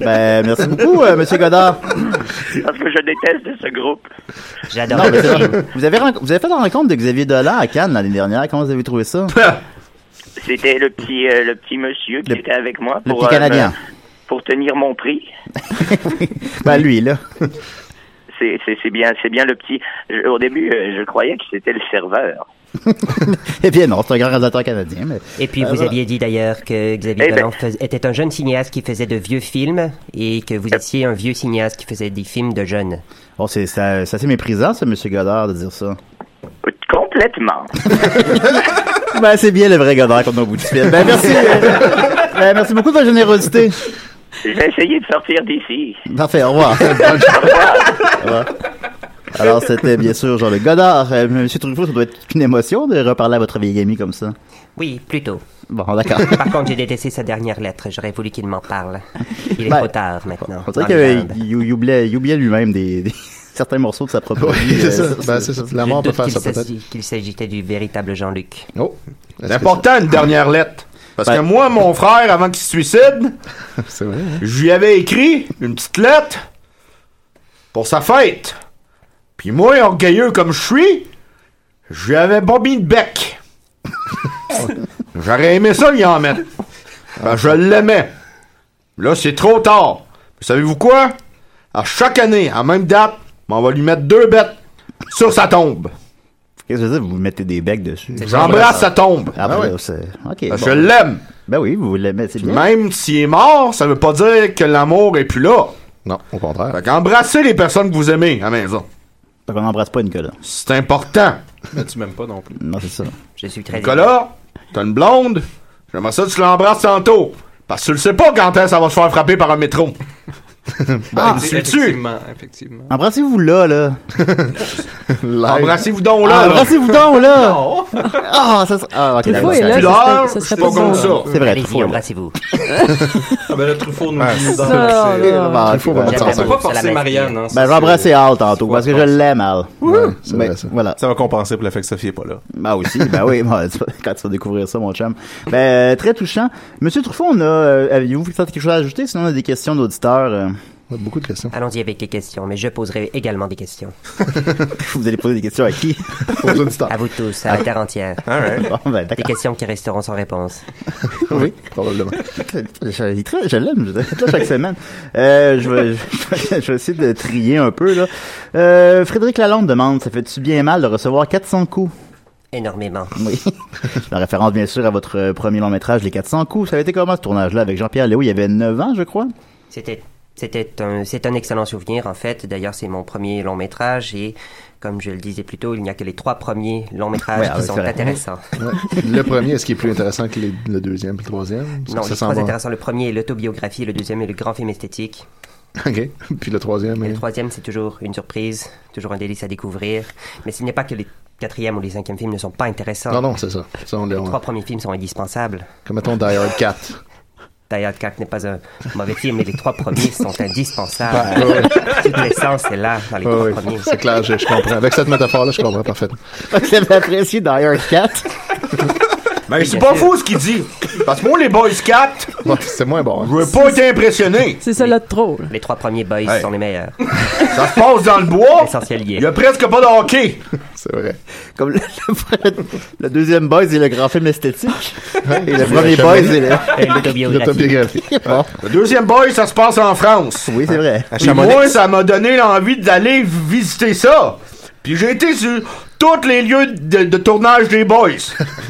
Ben, merci beaucoup, euh, Monsieur Godard. Parce que je déteste ce groupe. Non, mais c'est vrai. vous, avez renco- vous avez fait la rencontre de Xavier Dolan à Cannes l'année dernière. Comment vous avez <laughs> trouvé ça? C'était le petit, euh, le petit monsieur qui était avec moi Le pour, petit euh, Canadien. me- pour tenir mon prix. Ben, lui, là. <laughs> C'est c'est- c'est bien, c'est bien le petit. je- au début, euh, je croyais que c'était le <laughs> serveur. Eh bien, non, c'est un grand réalisateur canadien. Mais... Et puis, vous aviez dit d'ailleurs que Xavier Eh ben. Dolan fais- était un jeune cinéaste qui faisait de vieux films et que Eh. vous étiez un vieux cinéaste qui faisait des films de jeunes. Bon, c'est ça- c'est assez méprisant, ça, Monsieur Godard, de dire ça. Complètement. <laughs> Ben, c'est bien le vrai Godard qu'on a au bout du fil. Ben, merci. euh, ben, merci beaucoup de votre générosité. Je vais essayer de sortir d'ici. Parfait, au revoir. Au revoir. Alors, c'était bien sûr genre le Godard. Euh, Monsieur Truffaut, ça doit être une émotion de reparler à votre vieil ami comme ça. Oui, plutôt. Bon, <laughs> d'accord. Par contre, j'ai détesté sa dernière lettre. J'aurais voulu qu'il m'en <laughs> parle. Il est Ben, trop tard maintenant. ben, On dirait Dans le monde. qu'il il- il oubliait, il oubliait lui-même des, <laughs> des- certains morceaux de sa propre vie. c'est ça. Euh, Ben, c'est ça. La Je mort peut doute faire qu'il ça, peut-être. s'agit- qu'il s'agitait du véritable Jean-Luc. Oh. L'important, une dernière lettre. Parce que moi, mon frère, avant qu'il se suicide, Ben- <laughs> C'est vrai. hein? je lui avais écrit une petite lettre pour sa fête. Puis moi, orgueilleux comme je suis, je lui avais pas mis de <laughs> bec. J'aurais aimé ça lui en mettre. Ben, je l'aimais. Là, c'est trop tard. Mais savez-vous quoi? À chaque année, à même date, on va lui mettre deux bêtes sur sa tombe. Qu'est-ce que je veux dire? Vous mettez des becs dessus. J'embrasse sa tombe. Ah, Ah ben, ouais. là, c'est- ok, Ben, bon. Je l'aime. Ben oui, vous l'aimez, c'est Puis bien. Même s'il est mort, ça veut pas dire que l'amour est plus là. Non, au contraire. Fait qu'embrassez les personnes que vous aimez à la maison. Fait qu'on n'embrasse pas Nicolas. C'est important. Mais tu m'aimes pas non plus. Non, c'est ça. Je suis très Nicolas, t'as une blonde, j'aimerais ça que tu l'embrasses tantôt. Parce que tu le sais pas quand est-ce ça va se faire frapper par un métro. Ben, Ah, tu le tues. effectivement, effectivement. Embrassez-vous <laughs> là, là. Embrassez-vous donc là. Ah, là. Embrassez-vous donc, là. Ah, ça serait. Ah, ok, Truffaut d'accord, est là, Plus c'est- ça serait- ça d'heure, serait c'est pas pas comme ça. ça. C'est vrai, Truffaut. Allez-y, est là. embrassez-vous. Ah ben le euh, Truffaut nous dit dans Ça, c'est- là. Ah, Il faut ok, vraiment ben, s'en J'aime On peut pas sortir. Ça la forcer met- Marianne. Hein, Ben, je vais embrasser Al tantôt parce que je l'aime, Al. Ouais, c'est Ben, vrai, ça. Voilà. Ça va compenser pour le fait que Sophie est pas là. Bah aussi, bah oui, bah, tu- quand tu vas découvrir ça, mon chum. Ben, euh, très touchant. Monsieur Truffaut, on a, euh, avez-vous peut-être quelque chose à ajouter? Sinon, on a des questions d'auditeurs. euh. On a Beaucoup de questions. Allons-y avec les questions, mais je poserai également des questions. <laughs> vous allez poser des questions à qui? <laughs> Aux auditeurs. À vous tous, à la terre entière. All right. bon, ben, Des d'accord. questions qui resteront sans réponse. <laughs> Oui. <laughs> Probablement. Je, il est très- je l'aime, je l'aime chaque semaine. Euh, je, vais, je, <laughs> vais- je vais essayer de trier un peu, là. Euh, Frédéric Lalonde demande, ça fait-tu bien mal de recevoir 400 coups? Énormément. Oui. <laughs> La référence, bien sûr, à votre euh, premier long métrage, Les 400 coups. Ça avait été comment ce tournage-là avec Jean-Pierre Léo? Il y avait 9 ans, je crois. C'était c'était un c'est un excellent souvenir en fait. D'ailleurs, c'est mon premier long métrage et comme je le disais plus tôt, il n'y a que les trois premiers longs métrages Ouais, ah qui ouais, sont c'est vrai. intéressants. Ouais. Le premier, est-ce qu'il est plus intéressant que les- le deuxième et le troisième? Parce Non, que les ça trois s'en va. intéressants. Le premier est l'autobiographie, le deuxième est le grand film esthétique, OK. Puis le troisième, et le est... troisième c'est toujours une surprise, toujours un délice à découvrir. Mais ce n'est pas que les quatrième ou les cinquièmes films ne sont pas intéressants. Non, non, c'est ça. ça on l'a- Les on- trois premiers films sont indispensables. Comme mettons Die Hard <laughs> 4. D'ailleurs, Cac n'est pas un mauvais film, mais les trois premiers <laughs> sont indispensables. <laughs> Toute l'essence est là dans les Ouais, trois Bah, ouais, premiers. c'est clair, je, je comprends. Avec cette métaphore-là, je comprends <laughs> parfaitement. Vous avez apprécié Die Hard 4. Ben, c'est pas fou ce qu'il dit. Parce que moi, les Boys 4, Ouais, c'est moins bon. je hein. veux pas être impressionné. C'est ça, là, de trop. là. Les trois premiers boys Ouais. sont les meilleurs. Ça se passe dans le bois. L'essentiel y est. Il y <laughs> a presque pas de hockey. C'est vrai. Comme le, le- le deuxième boys et le grand film esthétique. Et le Le premier chemin. boys et le... <laughs> Et <laughs> L'autobiographie. L'autobiographie. Bon, Le deuxième boy, ça se passe en France. oui, c'est vrai. Puis moi, ça m'a donné l'envie d'aller visiter ça. Puis j'ai été sur tous les lieux de, de tournage des Boys.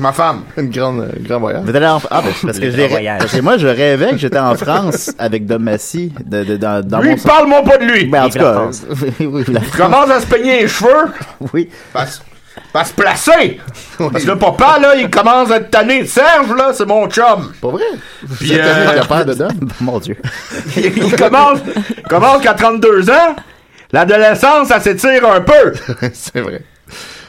Ma femme. <laughs> Une grande, euh, grand voyage. Vous allez en... Ah, ben, parce que Le j'ai... voyage. Parce que moi, je rêvais que j'étais en France avec Dom Massy de, de- dans, dans Lui, mon... <laughs> parle-moi pas de lui. Ben, en Vive tout la cas, France. oui, oui, la Il commence à se peigner les cheveux. oui. Parce- va se placer! Parce que le papa, là, il commence à être tanné. Serge, là, c'est mon chum! Pas vrai? Puis, Cette année, euh, il a peur dedans. Mon Dieu. <laughs> il commence, commence qu'à 32 ans, l'adolescence, ça s'étire un peu. c'est vrai.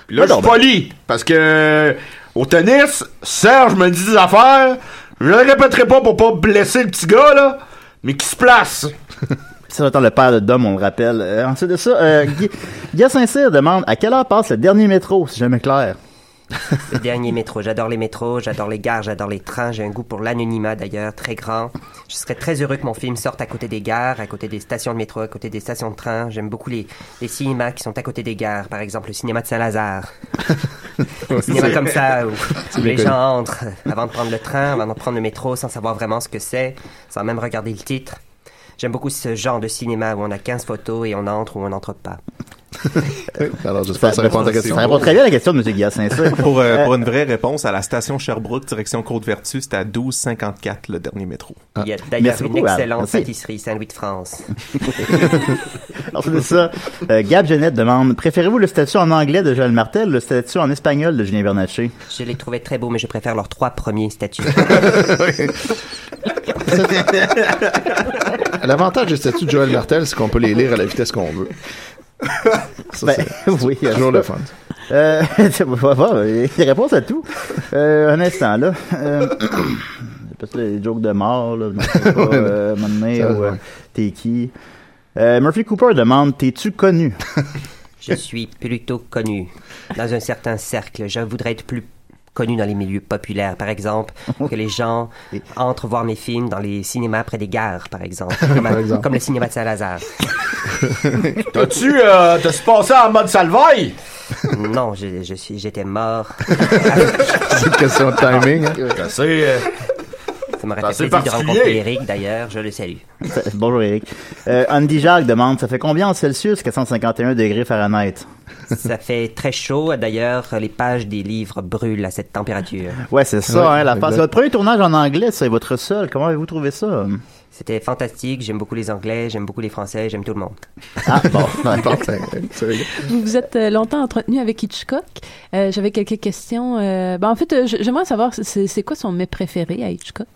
Puis là, je suis poli. Parce que euh, au tennis, Serge me dit des affaires. Je le répéterai pas pour pas blesser le petit gars, là, mais qui se place. Ça va être le père de Dom, on le rappelle. Euh, ensuite de ça, euh, Guy, Guy Saint-Cyr demande à quelle heure passe le dernier métro, si jamais clair. Le dernier métro. J'adore les métros, j'adore les gares, j'adore les trains. J'ai un goût pour l'anonymat d'ailleurs, très grand. Je serais très heureux que mon film sorte à côté des gares, à côté des stations de métro, à côté des stations de train. J'aime beaucoup les, les cinémas qui sont à côté des gares. Par exemple, le cinéma <laughs> de Saint-Lazare. un cinéma C'est- comme ça où C'est bien les connu. gens entrent avant de prendre le train, avant de prendre le métro, sans savoir vraiment ce que c'est, sans même regarder le titre. J'aime beaucoup ce genre de cinéma où on a 15 photos et on entre ou on n'entre pas. Alors, j'espère que ça répond à ta question. Ça répond très bien à la question de M. <laughs> Guillaume Saint-Cyr. pour, euh, Euh, pour une vraie réponse, à la station Sherbrooke, direction Côte-Vertu, c'était à 12,54 le dernier métro. Ah, Il y a d'ailleurs une excellente pâtisserie Saint-Louis de <laughs> France. Ensuite de ça, euh, Gab Genette demande Préférez-vous le statut en anglais de Joël Martel ou le statut en espagnol de Julien Bernatchez Je les trouvais très beaux, mais je préfère leurs trois premiers <laughs> <laughs> statuts. <laughs> L'avantage des statuts de Joël Martel, c'est qu'on peut les lire à la vitesse qu'on veut. Ça, Ben, c'est <laughs> oui, toujours le fun. Euh, <laughs> tu vas voir, euh, il y a réponse à tout. Euh, un instant, là. Euh, <coughs> parce que les jokes de mort, là. non, <laughs> c'est pas, euh, à un moment donné, Ça, ou, euh, t'es qui Euh, Murphy Cooper demande <laughs> T'es-tu connu Je suis plutôt connu dans un certain cercle. Je voudrais être plus connu dans les milieux populaires, par exemple, que les gens entrent voir mes films dans les cinémas près des gares, par exemple, comme, à- Par exemple. comme le cinéma de Saint-Lazare. T'as-tu, euh, t'as-tu passé en mode salvaille? Non, je- je suis- j'étais mort. C'est une <laughs> question de timing. hein. Ça m'aurait C'est fait euh, assez plaisir de particulier. rencontrer Eric, d'ailleurs. Je le salue. Ça- Bonjour, Eric. Euh, Andy Jacques demande Ça fait combien en Celsius 451 degrés Fahrenheit Ça fait très chaud. D'ailleurs, les pages des livres brûlent à cette température. Ouais, c'est ça, hein, la face. Votre premier tournage en anglais, c'est votre seul. Comment avez-vous trouvé ça C'était fantastique. J'aime beaucoup les Anglais, j'aime beaucoup les Français, j'aime tout le monde. Ah, bon, <laughs> Vous vous êtes euh, longtemps entretenu avec Hitchcock. Euh, J'avais quelques questions. Euh, ben, en fait, euh, j- j'aimerais savoir c'est c'est quoi son mets préféré à Hitchcock.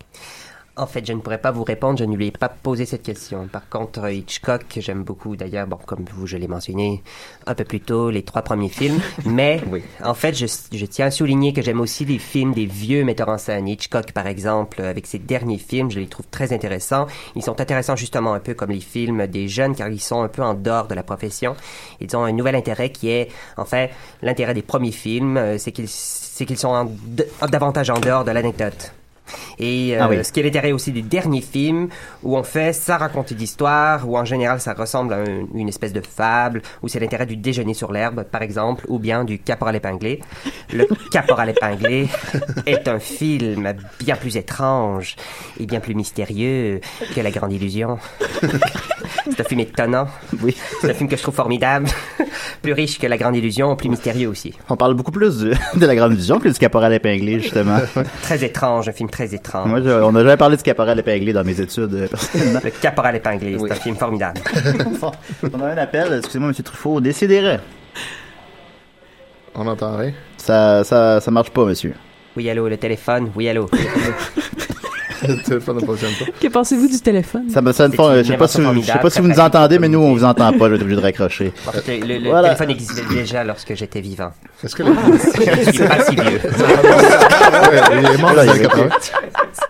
En fait, je ne pourrais pas vous répondre, je ne lui ai pas posé cette question. Par contre, Hitchcock, j'aime beaucoup d'ailleurs, bon, comme vous, je l'ai mentionné un peu plus tôt, les trois premiers <laughs> films. Mais, en fait, je, je tiens à souligner que j'aime aussi les films des vieux metteurs en scène. Hitchcock, par exemple, avec ses derniers films, je les trouve très intéressants. Ils sont intéressants justement un peu comme les films des jeunes, car ils sont un peu en dehors de la profession. Ils ont un nouvel intérêt qui est, enfin, l'intérêt des premiers films, euh, c'est qu'ils c'est qu'ils sont en de- davantage en dehors de l'anecdote. Et euh, Ah oui. ce qui est l'intérêt aussi des derniers films, où on fait, ça raconte une histoire, où en général ça ressemble à un- une espèce de fable, où c'est l'intérêt du déjeuner sur l'herbe, par exemple, ou bien du caporal épinglé. <laughs> Le caporal épinglé est un film bien plus étrange et bien plus mystérieux que La Grande Illusion. C'est un film étonnant. Oui. C'est un film que je trouve formidable, plus riche que La Grande Illusion, plus mystérieux aussi. On parle beaucoup plus du- <laughs> de la grande vision que du caporal <laughs> épinglé, justement. Très étrange, un film très étrange. Moi, je- on n'a jamais parlé du caporal épinglé dans mes études, euh, personnellement. Le caporal épinglé, c'est un film formidable. on a un appel, excusez-moi, M. Truffaut, décidérez. On entend rien. Ça, ça, ça marche pas, monsieur. Oui, allô, le téléphone, oui, allô. <laughs> Le téléphone ne fonctionne pas. Que pensez-vous du téléphone Ça me sonne C'est pas, une je sais pas si vous, je sais pas si vous nous invention entendez, mais nous, on vous entend pas, je vais être obligé de raccrocher. En fait, le le Voilà. téléphone existait déjà lorsque j'étais vivant. Est-ce que que le- <laughs> Je suis pas si <laughs> vieux. <laughs> Ah, il <laughs> est mort dans les années 80.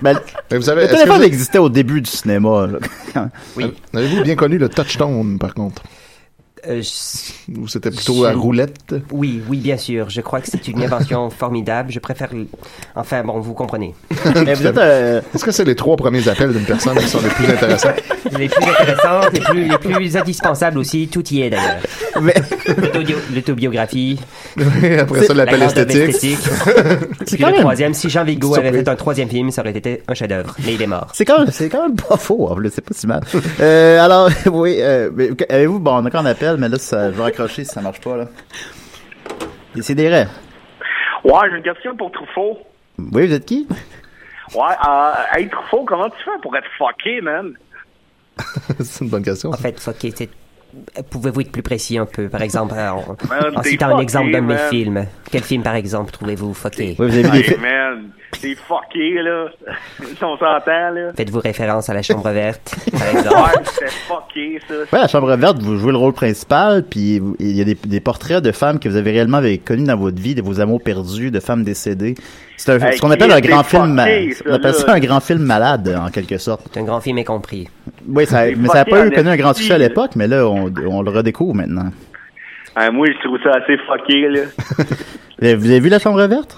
Ben, Mais vous savez, le est-ce que téléphone vous- existait au début du cinéma. Oh, là. Oui. Avez-vous bien connu le touchstone, par contre? Euh, je- Ou c'était plutôt à Je- roulette? Oui, oui, bien sûr. Je crois que c'est une invention formidable. Je préfère... l- Enfin, bon, vous <laughs> comprenez. Est-ce que c'est les trois premiers appels d'une personne qui sont les plus <laughs> intéressants? Les plus intéressantes, les plus, les plus indispensables aussi. Tout y est, d'ailleurs. L'autobio- L'autobiographie. Oui, après ça, l'appel la grande œuvre <laughs> esthétique. esthétique. Puis quand le même- troisième, si Jean Vigo avait Surprise. fait un troisième film, ça aurait été un chef-d'œuvre. Mais il est mort. C'est quand, même- c'est quand même pas faux, en plus, c'est pas si mal. Euh, alors, <laughs> oui, euh, mais avez-vous, bon, on a encore un appel, mais là, ça, je vais raccrocher si ça marche pas, là. Décidérez. <laughs> Ouais, j'ai une question pour Truffaut. Oui, vous êtes qui? Ouais, euh, hey Truffaut, comment tu fais pour être fucké, man? <laughs> c'est une bonne question. En fait, fucké, c'est Pouvez-vous être plus précis un peu, par exemple, en, Man, en t'es citant un exemple d'un de mes fucké, man. films? Quel film, par exemple, trouvez-vous fucké? hey, man, c'est fucké, là. si on s'entend, là. Faites-vous référence à La Chambre Verte, par <laughs> exemple? Ouais, c'était fucké, ça. Ouais, la chambre verte, vous jouez le rôle principal, puis vous- il y a des, des portraits de femmes que vous avez réellement avez connues dans votre vie, de vos amours perdus, de femmes décédées. C'est un- Hey, ce qu'on appelle Chris, un grand c'est film, fucké, ma- ça, on appelle ça là. un grand film malade, en quelque sorte. C'est un grand film incompris. Oui, ça, mais ça n'a pas eu connu un grand succès à l'époque, mais là, on, on le redécouvre maintenant. Hey, Ah, moi, je trouve ça assez fucké, là. Vous avez- vous avez vu la chambre <laughs> verte?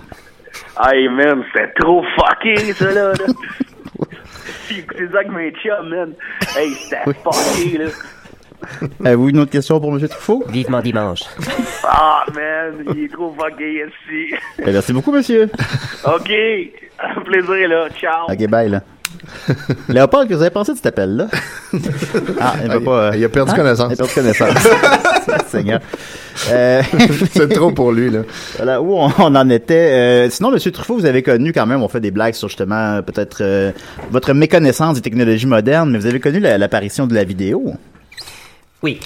Hey, man, c'était trop fucké, ça, là. là. J'ai écouté ça avec mes chums, man. Hey, c'était fucké, là. Avez-vous une autre question pour M. Truffaut? Vivement dimanche. Ah, man, il est trop fucké, ici. Ben, merci beaucoup, monsieur. OK, un plaisir, là. Ciao. Ok, bye, <laughs> là. Léopold, que vous avez pensé de cet <laughs> appel-là? Ah, il, va pas, il a perdu connaissance. Il a perdu <laughs> connaissance. <laughs> Seigneur. C'est trop pour lui, là. Voilà, où on, on en était. Euh, sinon, Monsieur Truffaut, vous avez connu quand même, on fait des blagues sur justement, peut-être, euh, votre méconnaissance des technologies modernes, mais vous avez connu la- l'apparition de la vidéo. Oui.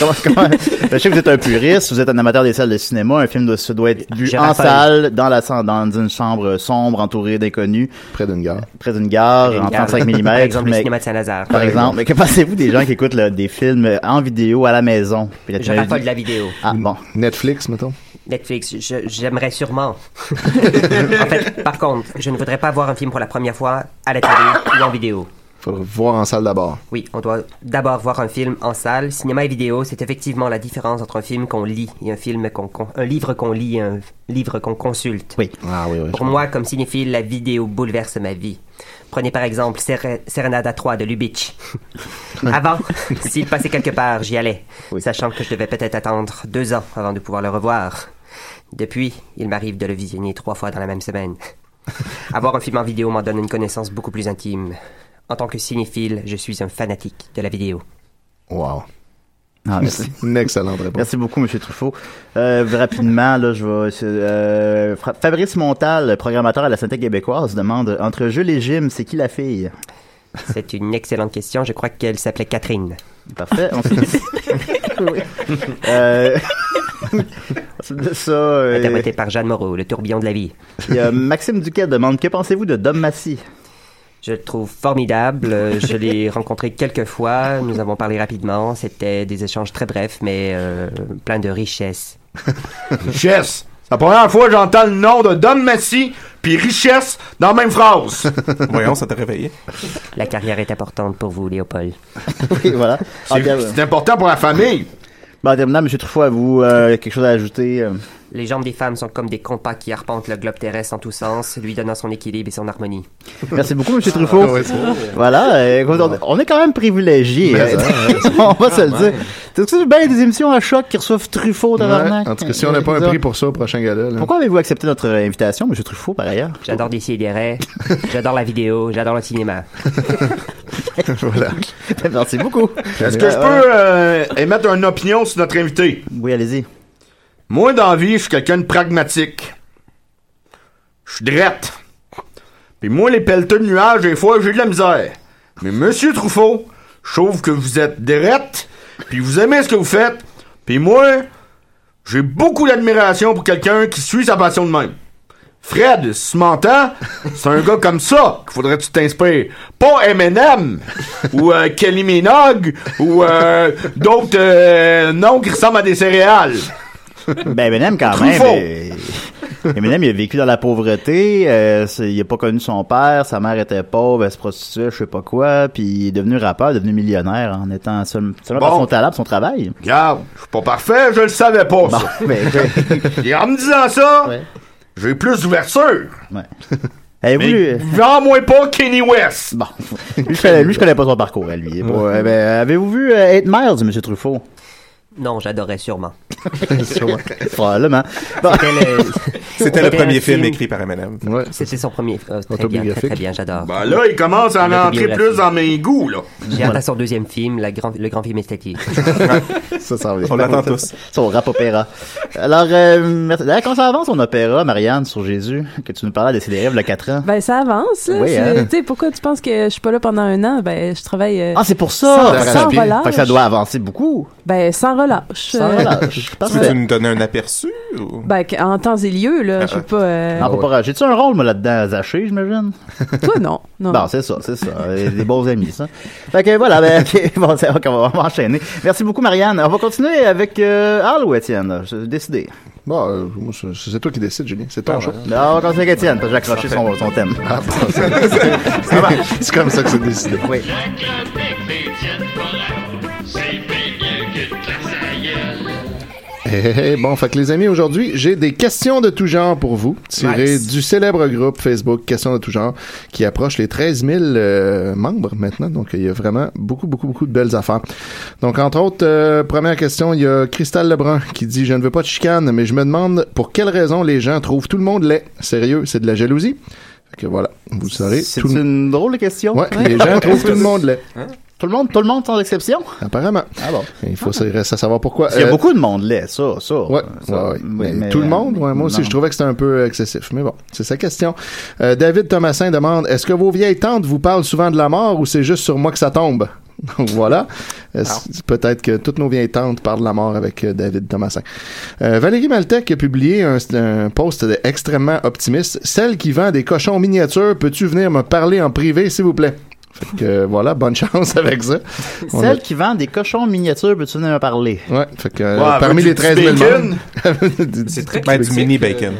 Comment- comment- je sais que vous êtes un puriste, vous êtes un amateur des salles de cinéma, un film doit- se doit être vu Je en rappelle. salle, dans, la, sa- dans une chambre sombre, entourée d'inconnus. Près d'une gare. Près d'une gare, en <laughs> 35 mm. Par exemple, le cinéma de Saint-Lazare. Par exemple, mais que pensez-vous des gens qui écoutent là, des films en vidéo à la maison? Puis la Je technologie- raffole de la vidéo. Ah bon. Netflix, mettons. Netflix, je- j'aimerais sûrement. en fait, par contre, je ne voudrais pas voir un film pour la première fois à la télé ou en vidéo. Faudra voir en salle d'abord. Oui, on doit d'abord voir un film en salle. Cinéma et vidéo, c'est effectivement la différence entre un film qu'on lit et un film qu'on qu'on- un livre qu'on lit et un livre qu'on consulte. Ah Oui. Pour moi, comme cinéphile, la vidéo bouleverse ma vie. Prenez par exemple Ser- Serenada 3 de Lubitsch. avant, s'il passait quelque part, j'y allais, sachant que je devais peut-être attendre deux ans avant de pouvoir le revoir. Depuis, il m'arrive de le visionner trois fois dans la même semaine. <laughs> Avoir un film en vidéo m'en donne une connaissance beaucoup plus intime. En tant que cinéphile, je suis un fanatique de la vidéo. Wow. Ah, <laughs> merci. Une excellente réponse. Merci beaucoup, M. Truffaut. Euh, rapidement, là, je vais. euh, Fra- Fabrice Montal, programmateur à la Synthèque québécoise, demande Entre jeu et gym, c'est qui la fille C'est une excellente question. Je crois qu'elle s'appelait Catherine. Parfait. <laughs> Ensuite, <laughs> euh, ensuite de ça, euh, Interprétée par Jeanne Moreau, le tourbillon de la vie. il y a Maxime Duquet demande Que pensez-vous de Dom Massy Je le trouve formidable. Euh, Je l'ai rencontré quelques fois. Nous avons parlé rapidement. C'était des échanges très brefs, mais euh, plein de richesse. Richesse. C'est la première fois que j'entends le nom de Dom Massy puis richesse dans la même phrase. Voyons, ça t'a réveillé. La carrière est importante pour vous, <laughs> Léopold. Oui, voilà. C'est- c'est important pour la famille. Bon, en terminant, M. Truffaut, avez-vous euh, quelque chose à ajouter euh? Les jambes des femmes sont comme des compas qui arpentent le globe terrestre en tous sens, lui donnant son équilibre et son harmonie. Merci beaucoup, M. Truffaut. Ah, ouais, c'est vrai. voilà, euh, écoute, on- on est quand même privilégié. Mais ça, <laughs> on va se le Quand dire. Tu sais, bien, il y a des émissions à choc qui reçoivent Truffaut, tabarnak. Euh, Ouais. En tout cas, si on n'a pas un prix pour ça au prochain gala, là. Pourquoi avez-vous accepté notre invitation, M. Truffaut, par ailleurs? J'adore des sidérés, j'adore la vidéo, j'adore le cinéma. <laughs> voilà. <laughs> Merci beaucoup. Est-ce que je peux euh, émettre une opinion sur notre invité? Oui, allez-y. Moi, dans la vie, je suis quelqu'un de pragmatique. Je suis drette. Puis moi, les pelleteux de nuages, des fois, j'ai de la misère. Mais Monsieur Truffaut, je trouve que vous êtes drette, puis vous aimez ce que vous faites. Puis moi, j'ai beaucoup d'admiration pour quelqu'un qui suit sa passion de même. Fred, si tu m'entends, c'est un gars comme ça qu'il faudrait que tu t'inspires. Pas Eminem, ou euh, Kelly Minogue, ou euh, d'autres euh, noms qui ressemblent à des céréales. Ben, Eminem, quand même. Truffaut. euh, Eminem, il a vécu dans la pauvreté. euh, c'est- il a pas connu son père. Sa mère était pauvre. Elle se prostituait, je sais pas quoi. Puis il est devenu rappeur, devenu millionnaire en étant seul- seulement par Bon. son talent, par son travail. Regarde, je suis pas parfait, je le savais pas, ça. ben, Et en me disant ça, j'ai plus d'ouverture. <laughs> Avez-vous Mais lu- vends moi pas Kenny West. Bon. hein, euh, Lui, je connais, lui, je connais pas son parcours, à lui. Il est pas- euh, ben, Avez-vous vu euh, Eight Miles, M. Truffaut? Non, j'adorais sûrement. <laughs> Sûrement. Probablement. Bon. C'était <laughs> le, C'était le un premier film écrit par M&M. Eminem. C'était son premier. euh, très, bien, très, très bien, j'adore. Ben là, il commence à en entrer plus dans mes goûts, là. J'ai hâte à son deuxième film, la grand- le grand film esthétique. <laughs> Ça s'en vient. On l'attend tous. Son rap opéra. Alors, euh, merci. D'ailleurs, comment ça avance son opéra, Marianne, sur Jésus, que tu nous parlais des CDF il y a 4 ans? Ben, ça avance, là. Oui, C'est- hein. tu sais, pourquoi tu penses que je suis pas là pendant un an? Ben, je travaille. euh, Ah, c'est pour ça! Sans, sans relâche. Fait que ça doit avancer beaucoup. Ben, sans relâche. Sans Euh, relâche. Tu veux nous <laughs> donner un aperçu? ou- Ben, qu- en temps et lieu, là, Ah, je sais pas. euh, Non, Ah, pas pas J'ai-tu un rôle, moi, là-dedans, Zaché, j'imagine? <laughs> Toi, non. non. Bon, c'est ça, c'est ça. Euh, Des bons amis, ça. Fait que voilà, ben, <laughs> ok, bon, c'est- ok, on va on va enchaîner. Merci beaucoup, Marianne. On va continuer avec euh, Al ou Étienne, là. C'est décidé. Bon, euh, moi, c'est- c'est toi qui décides, Julien. C'est ton show. Non, on va continuer avec Étienne, parce que j'ai accroché son, son thème. Ah, <laughs> C'est c'est comme ça que c'est décidé. Oui. Hey, hey, hey. Bon, fait que les amis, aujourd'hui, j'ai des questions de tout genre pour vous, tirées du célèbre groupe Facebook Questions de tout genre, qui approche les 13 000 euh, membres maintenant. Donc, il y a vraiment beaucoup, beaucoup, beaucoup de belles affaires. Donc, entre autres, euh, première question, il y a Cristal Lebrun qui dit « Je ne veux pas de chicane, mais je me demande pour quelle raison les gens trouvent tout le monde laid. Sérieux, c'est de la jalousie? » Fait que voilà, vous le saurez. C'est tout le- une drôle de question. Ouais, les gens trouvent tout le monde laid. Tout le monde, tout le monde sans exception? Apparemment. Ah bon. Il faut ça- reste à savoir pourquoi. Il y a Euh, beaucoup de monde laid, ça, ça. Ouais, ça, ouais, ouais. oui, Mais mais, tout le euh, monde, ouais, moi aussi, non. je trouvais que c'était un peu excessif. Mais bon, c'est sa question. Euh, David Thomasin demande Est-ce que vos vieilles tantes vous parlent souvent de la mort ou c'est juste sur moi que ça tombe <laughs> Donc voilà. Euh, c'est- Peut-être que toutes nos vieilles tantes parlent de la mort avec euh, David Thomasin. Euh, Valérie Maltec a publié un, un post de- extrêmement optimiste. Celle qui vend des cochons miniatures, peux-tu venir me parler en privé, s'il vous plaît? Fait que euh, voilà, bonne <laughs> chance avec ça. On a- Celle qui vend des cochons miniatures, peux-tu venir me parler? Ouais, fait que euh, Ouais, parmi veux-tu les 13 000 du bacon? C'est très Ben, du mini bacon.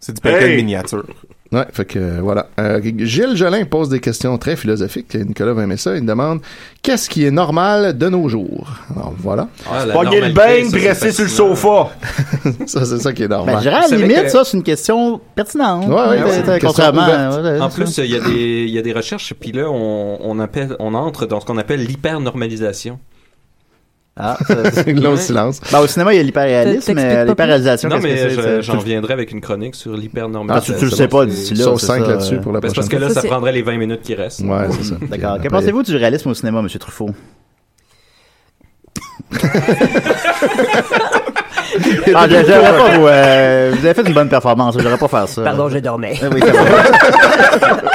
C'est du bacon miniature. Ouais, fait que euh, voilà. Euh, Gilles Jolin pose des questions très philosophiques. Nicolas va aimer ça. Il demande qu'est-ce qui est normal de nos jours. Alors voilà. Ah, la Pogner le normalité, bain ça, puis c'est rester sur le fascinant. sofa. <laughs> ça, c'est ça qui est normal. Ben, je dirais, à Vous la savez limite, que- ça, c'est une question pertinente. Ouais, ouais, T'as- ouais, c'est une t'as- question Contrairement. ouverte. à- ouais, En c'est plus, ça. il y, a des- il y a des recherches, puis là, on, on, appelle, on entre dans ce qu'on appelle l'hyper-normalisation. Ah, <laughs> ça, c'est- Long silence. Ben, au cinéma, il y a l'hyperréalisme, T'expliques mais pas l'hyperréalisation, Non, qu'est-ce que mais c'est? je- c'est- j'en reviendrai avec une chronique sur Ah, l'hyper-normalisation. tu, tu le sais pas d'ici là. Sauf c'est cinq ça, là-dessus euh. pour la Ben, c'est parce que là, ça prendrait les 20 minutes qui restent. Ouais, c'est ça. <laughs> D'accord. Que Après- pensez-vous du réalisme au cinéma, M. <laughs> Truffaut? ah, je- j'aurais pas vous, euh, vous avez fait une bonne performance, j'aurais pas faire ça. Pardon, je dormais. Ah oui, c'est <laughs> bon.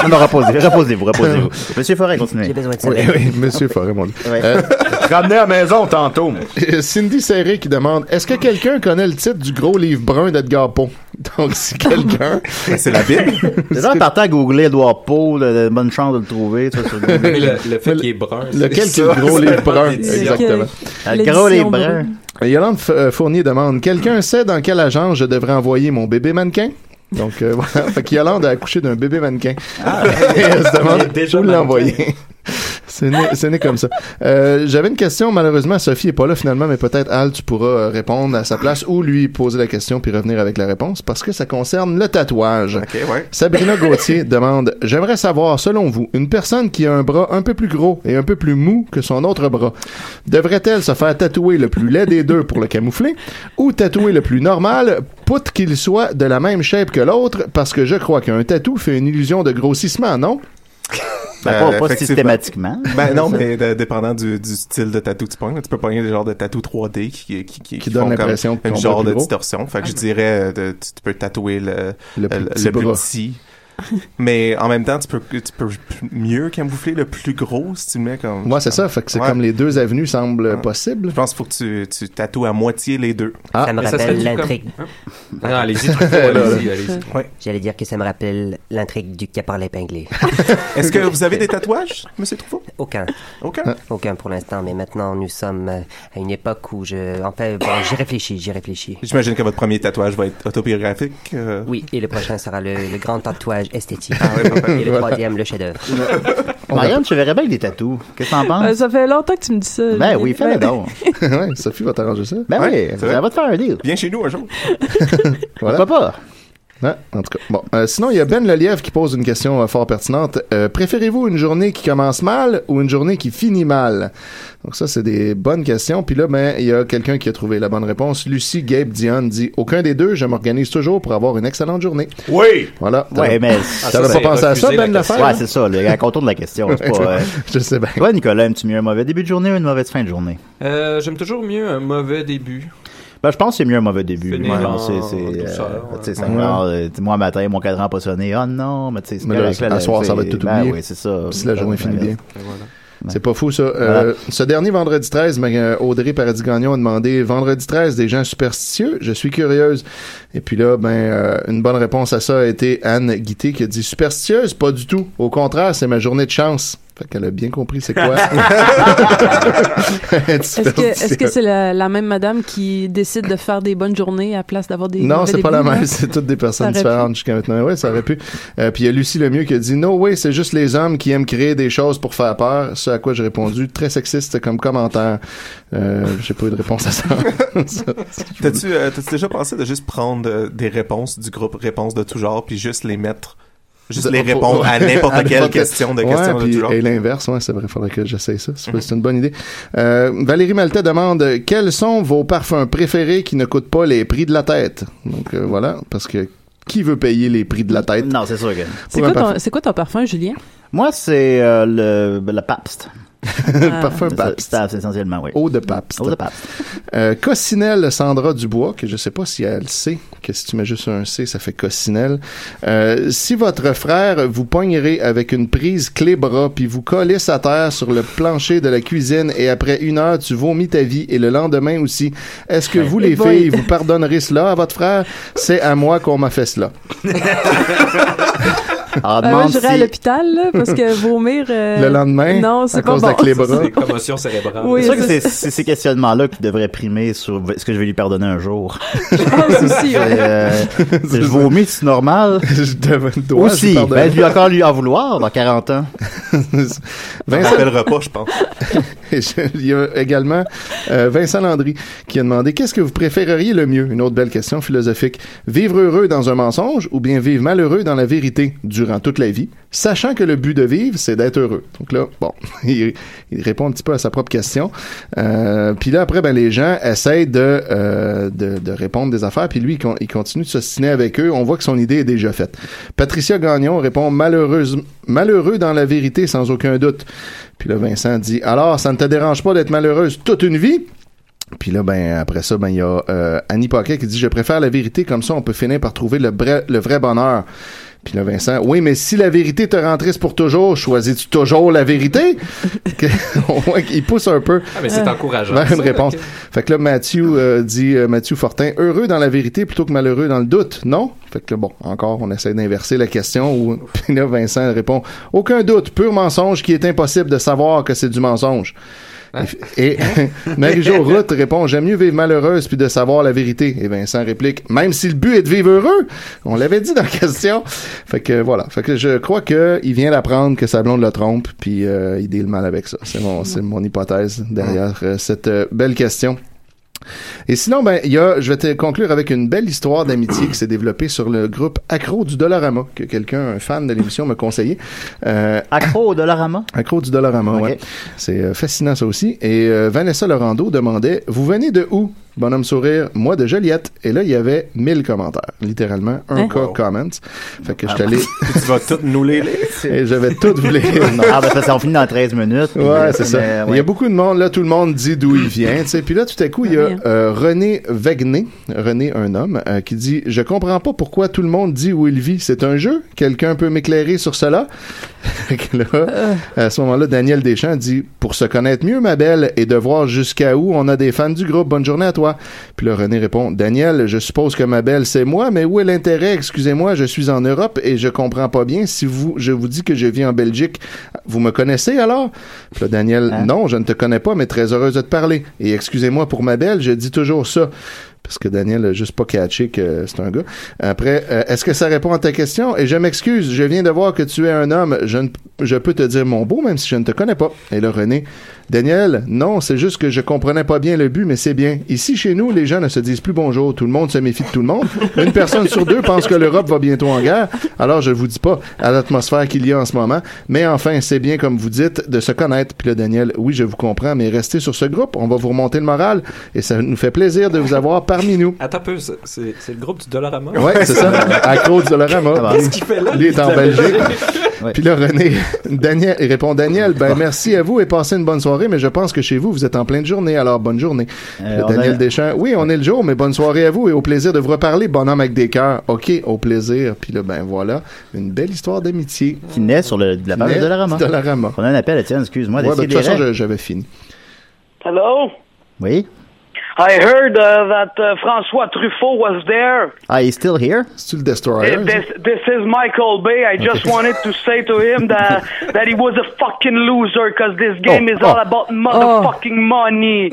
non, non, reposez, reposez-vous, reposez-vous. Monsieur Forêt, continuez. J'ai besoin de ça. Oui, Eh oui, <laughs> monsieur Forêt, mon Dieu. Ouais. Euh, Ramener à la maison <laughs> tantôt. moi. Cindy Serré qui demande Est-ce que quelqu'un connaît le titre du gros livre brun d'Edgar Poe <laughs> Donc, si quelqu'un. Ben, c'est la <laughs> Bible. Déjà, en partant à googler Edouard Poe, là, bonne chance de le trouver. tu <laughs> vois, sur Google. Mais le, le fait qu'il est brun. c'est- Lequel qui est ça, le gros ça livre dépend brun des éditions. Exactement. Ah, Le gros les bruns. Et Yolande F- euh, Fournier demande Quelqu'un sait dans quelle agence je devrais envoyer mon bébé mannequin Donc euh, <laughs> voilà, fait que Yolande a accouché d'un bébé mannequin. <laughs> Et elle Il se Ah, est demande déjà où l'envoyer. C'est né, c'est né comme ça. Euh, J'avais une question, malheureusement, Sophie est pas là finalement, mais peut-être Al, tu pourras euh, répondre à sa place ou lui poser la question puis revenir avec la réponse parce que ça concerne le tatouage. OK, ouais. <laughs> Sabrina Gauthier demande J'aimerais savoir, selon vous, une personne qui a un bras un peu plus gros et un peu plus mou que son autre bras, devrait-elle se faire tatouer le plus laid des deux pour le camoufler ou tatouer le plus normal, poutre qu'il soit de la même shape que l'autre Parce que je crois qu'un tatou fait une illusion de grossissement, non Ben, Euh, pas- pas, effectivement. systématiquement. Ben non, mais de- dépendant du, du style de tatou que tu prends, là, tu peux prendre des genres de tatou 3D qui, qui, qui, qui donne font l'impression que comme un ton bras est genre plus de gros. distorsion. Fait que Ah. je dirais, euh, de- tu, tu peux tatouer le, Le plus petit plus bras. petit. mais en même temps, tu peux, tu peux mieux camoufler le plus gros si tu le mets comme. Moi, c'est ça, fait que c'est Ouais. comme les deux avenues semblent possibles. Je pense qu'il faut que tu, tu tatoues à moitié les deux. Ah. Ça me Mais ça rappelle serait du l'intrigue. comme- Ah, non, <laughs> allez-y, Truffaut, allez-y, allez-y. Ouais. J'allais dire que ça me rappelle l'intrigue du capard l'épinglé. Est-ce que vous avez <laughs> des tatouages, monsieur Truffaut? Aucun. Hein. Aucun. Aucun pour l'instant, mais maintenant nous sommes euh, à une époque où je. En fait, bon, j'y réfléchis, j'y réfléchis. J'imagine que votre premier tatouage va être autobiographique. euh. Oui, et le prochain sera le, le grand tatouage esthétique. ouais, parfait. et le Voilà. troisième, le chef-d'œuvre. Marianne, tu verrais bien avec des tatous. Qu'est-ce que t'en Euh, penses? ça fait longtemps que tu me dis ça. Ben Julien. oui, fais-le Ouais. donc. <laughs> ouais, Sophie va t'arranger ça. Ben Ouais, oui, c'est vrai. ça va te faire un deal. Viens chez nous un jour. Voilà. Pourquoi pas? Ah, en tout cas, bon. Euh, sinon, il y a Ben Lelièvre qui pose une question euh, fort pertinente. Euh, Préférez-vous une journée qui commence mal ou une journée qui finit mal? Donc ça, c'est des bonnes questions. Puis là, ben, il y a quelqu'un qui a trouvé la bonne réponse. Lucie Gabe Dionne dit « Aucun des deux, je m'organise toujours pour avoir une excellente journée. » Oui! Voilà. T'avais- Ah, Ouais, mais. T'avais pas pensé à Ah, ça, Ben, le faire? Ouais, c'est ça, le elle contourne la question. c'est pas, euh, <laughs> Je sais bien. Toi, Nicolas, aimes-tu mieux un mauvais début de journée ou une mauvaise fin de journée? Euh, J'aime toujours mieux un mauvais début. Ben, je pense que c'est mieux un mauvais début. Finir Ouais, en c'est- c'est, euh, douceur, tu sais, ouais. ça Ouais. me rend, euh, tu sais, moi, matin, mon cadran n'a pas sonné. Oh non, mais tu sais, c'est Mais là, correct, là, à la- soir, tu ça sais, va être tout ben oublié. oui, c'est ça. Ben Si la journée finit bien. C'est pas fou, ça. Euh, Voilà. Ce dernier vendredi 13, ma- euh, Audrey Paradis-Gagnon a demandé « Vendredi 13, des gens superstitieux? Je suis curieuse. » Et puis là, ben, euh, une bonne réponse à ça a été Anne Guité qui a dit « Superstitieuse? Pas du tout. Au contraire, c'est ma journée de chance. » Fait qu'elle a bien compris c'est quoi. <laughs> <laughs> <laughs> Est-ce que est-ce <laughs> que c'est la, la même madame qui décide de faire des bonnes journées à place d'avoir des Non, mauvais c'est pas la débuts, même. là? <laughs> C'est toutes des personnes aurait pu. différentes jusqu'à maintenant. Oui, ça aurait pu. Euh, puis il y a Lucie Lemieux qui a dit No way, c'est juste les hommes qui aiment créer des choses pour faire peur. Ce à quoi j'ai répondu très sexiste comme commentaire. Euh, j'ai pas eu de réponse à ça. <laughs> T'as-tu euh, t'as-tu déjà pensé de juste prendre euh, des réponses du groupe réponses de tout genre puis juste les mettre, juste <laughs> les répondre <laughs> à n'importe quelle question de Ouais, questions de puis- tout genre? Et l'inverse, ouais, c'est vrai, faudrait que j'essaye ça. C'est c'est une bonne idée. Euh, Valérie Maltais demande quels sont vos parfums préférés qui ne coûtent pas les prix de la tête. Donc euh, voilà, parce que qui veut payer les prix de la tête Non, c'est sûr que. C'est quoi, ton- c'est quoi ton parfum, Julien? Moi, c'est euh, le, le <laughs> Pabst. Le parfum C'est- Pabst. c'est- c'est essentiellement, oui. Eau de Pabst. Eau de Pabst. Euh, Cossinelle Sandra Dubois, que je sais pas si elle sait, que si tu mets juste un C, ça fait Cossinelle. Euh, si votre frère vous poignerez avec une prise clé-bras, puis vous collez sa terre sur le plancher de la cuisine, et après une heure, tu vomis ta vie, et le lendemain aussi, est-ce que vous, Eh les boy. filles, vous pardonnerez cela à votre frère? C'est à moi qu'on m'a fait cela. <laughs> Ah, Ben, moi, j'irais à l'hôpital, là, parce que vomir. <laughs> euh, Le lendemain, Non, c'est à pas cause de bon. la <laughs> clé bras. C'est commotion cérébrale. Oui, c'est sûr que c'est- c'est c'est ces questionnements-là qui devraient primer sur ce que je vais lui pardonner un <laughs> jour. pense aussi, ouais. <laughs> C'est, euh, c'est, je vomis, c'est normal. dois, <laughs> je lui Aussi, pardonne. ben, je vais encore lui en vouloir dans 40 ans. <laughs> Vincent- rappellera pas, je pense. <laughs> Et je- Il y a également euh, Vincent Landry qui a demandé qu'est-ce que vous préféreriez le mieux Une autre belle question philosophique. Vivre heureux dans un mensonge ou bien vivre malheureux dans la vérité durant toute la vie, sachant que le but de vivre, c'est d'être heureux. Donc là, bon, <laughs> il, il répond un petit peu à sa propre question. Euh, puis là, après, ben, les gens essayent de, euh, de, de répondre des affaires, puis lui, il, con- il continue de s'ostiner avec eux. On voit que son idée est déjà faite. Patricia Gagnon répond malheureuse, malheureux dans la vérité, sans aucun doute. Puis là, Vincent dit Alors, ça ne te dérange pas d'être malheureuse toute une vie puis là, ben, après ça, ben, il y a euh, Annie Paquet qui dit Je préfère la vérité, comme ça, on peut finir par trouver le, vrai- le vrai bonheur. Puis là, Vincent, oui, mais si la vérité te rend triste pour toujours, choisis-tu toujours la vérité Que- On voit qu'il pousse un peu. Ah, mais c'est encourageant, Vers une ça, réponse. ok. Fait que là, Mathieu euh, dit euh, Mathieu Fortin, heureux dans la vérité plutôt que malheureux dans le doute, non Fait que là, bon, encore, on essaie d'inverser la question. Où... <laughs> Puis là, Vincent répond Aucun doute, pur mensonge qui est impossible de savoir que c'est du mensonge. Hein? Et <laughs> Marie-Jo <laughs> Route répond J'aime mieux vivre malheureuse puis de savoir la vérité. Et Vincent réplique Même si le but est de vivre heureux, on l'avait dit dans la question. Fait que voilà. Fait que je crois que il vient d'apprendre que sa blonde le trompe puis euh, il dit le mal avec ça. C'est mon, c'est mon hypothèse derrière euh, cette euh, belle question. Et sinon, ben, il y a, je vais te conclure avec une belle histoire d'amitié qui s'est développée sur le groupe Accro du Dollarama, que quelqu'un, un fan de l'émission, m'a conseillé. Euh, Accro au Dollarama? Accro du Dollarama, ouais. C'est euh, fascinant, ça aussi. Et euh, Vanessa Laurando demandait « Vous venez de où? » Bonhomme sourire, moi de Joliette. Et là, il y avait 1000 commentaires. Littéralement, un Hein? cas Wow. comments. Fait que je suis Ah. allé... <laughs> tu vas toutes nous les Et je vais toutes vous les <laughs> Non, ah, ben, ça, ça, on finit dans 13 minutes. euh, Ouais, c'est ça. Mais, Il y ouais. a beaucoup de monde, là, tout le monde dit d'où il vient, tu sais. Puis là, tout à coup, il y a euh, René Vegné, René, un homme, euh, qui dit « Je comprends pas pourquoi tout le monde dit où il vit. C'est un jeu? Quelqu'un peut m'éclairer sur cela? » <laughs> Fait que là, à ce moment-là, Daniel Deschamps dit « Pour se connaître mieux, ma belle, et de voir jusqu'à où on a des fans du groupe, bonne journée à toi. » Puis là, René répond « Daniel, je suppose que ma belle, c'est moi, mais où est l'intérêt? Excusez-moi, je suis en Europe et je comprends pas bien. Si vous, je vous dis que je vis en Belgique, vous me connaissez alors? » Puis là, Daniel « Non, je ne te connais pas, mais très heureuse de te parler. Et excusez-moi pour ma belle, je dis toujours ça. » parce que Daniel a juste pas catché que c'est un gars. Après, euh, est-ce que ça répond à ta question? Et je m'excuse, je viens de voir que tu es un homme. Je ne, je peux te dire mon beau, même si je ne te connais pas. Et là, René, Daniel, non, c'est juste que je comprenais pas bien le but, mais c'est bien. Ici, chez nous, les gens ne se disent plus bonjour. Tout le monde se méfie de tout le monde. Une personne sur deux pense que l'Europe va bientôt en guerre. Alors, je vous dis pas à l'atmosphère qu'il y a en ce moment. Mais enfin, c'est bien, comme vous dites, de se connaître. Puis là, Daniel, oui, je vous comprends, mais restez sur ce groupe. On va vous remonter le moral. Et ça nous fait plaisir de vous avoir parmi nous. Attends un peu, c'est- c'est c'est le groupe du Dollarama? Ouais, <laughs> c'est ça. Ah, À cause de Dollarama. Qu'est-ce qu'il fait là? Lui est en le Dollarama? Belgique. <laughs> Puis là, René, <laughs> Daniel, il répond Daniel, ben merci à vous et passez une bonne soirée, mais je pense que chez vous, vous êtes en pleine journée, alors bonne journée. Puis là, Euh, on Daniel a- Deschamps, oui, on est le jour, mais bonne soirée à vous et au plaisir de vous reparler, bonhomme avec des cœurs. OK, au plaisir. Puis là, ben voilà, une belle histoire d'amitié. Qui naît sur le, la page naît de Dollarama. du Dollarama. On a un appel, tiens, excuse-moi. Ouais, ben, de toute façon, Décidérez. je- j'avais fini. Hello? Oui. I heard uh, that uh, François Truffaut was there. Ah, he's still here? Still Destroyer. Eh, This, this is Michael Bay. I just wanted to say to <laughs> him that that he was a fucking loser because this game Oh, is all oh. about motherfucking money.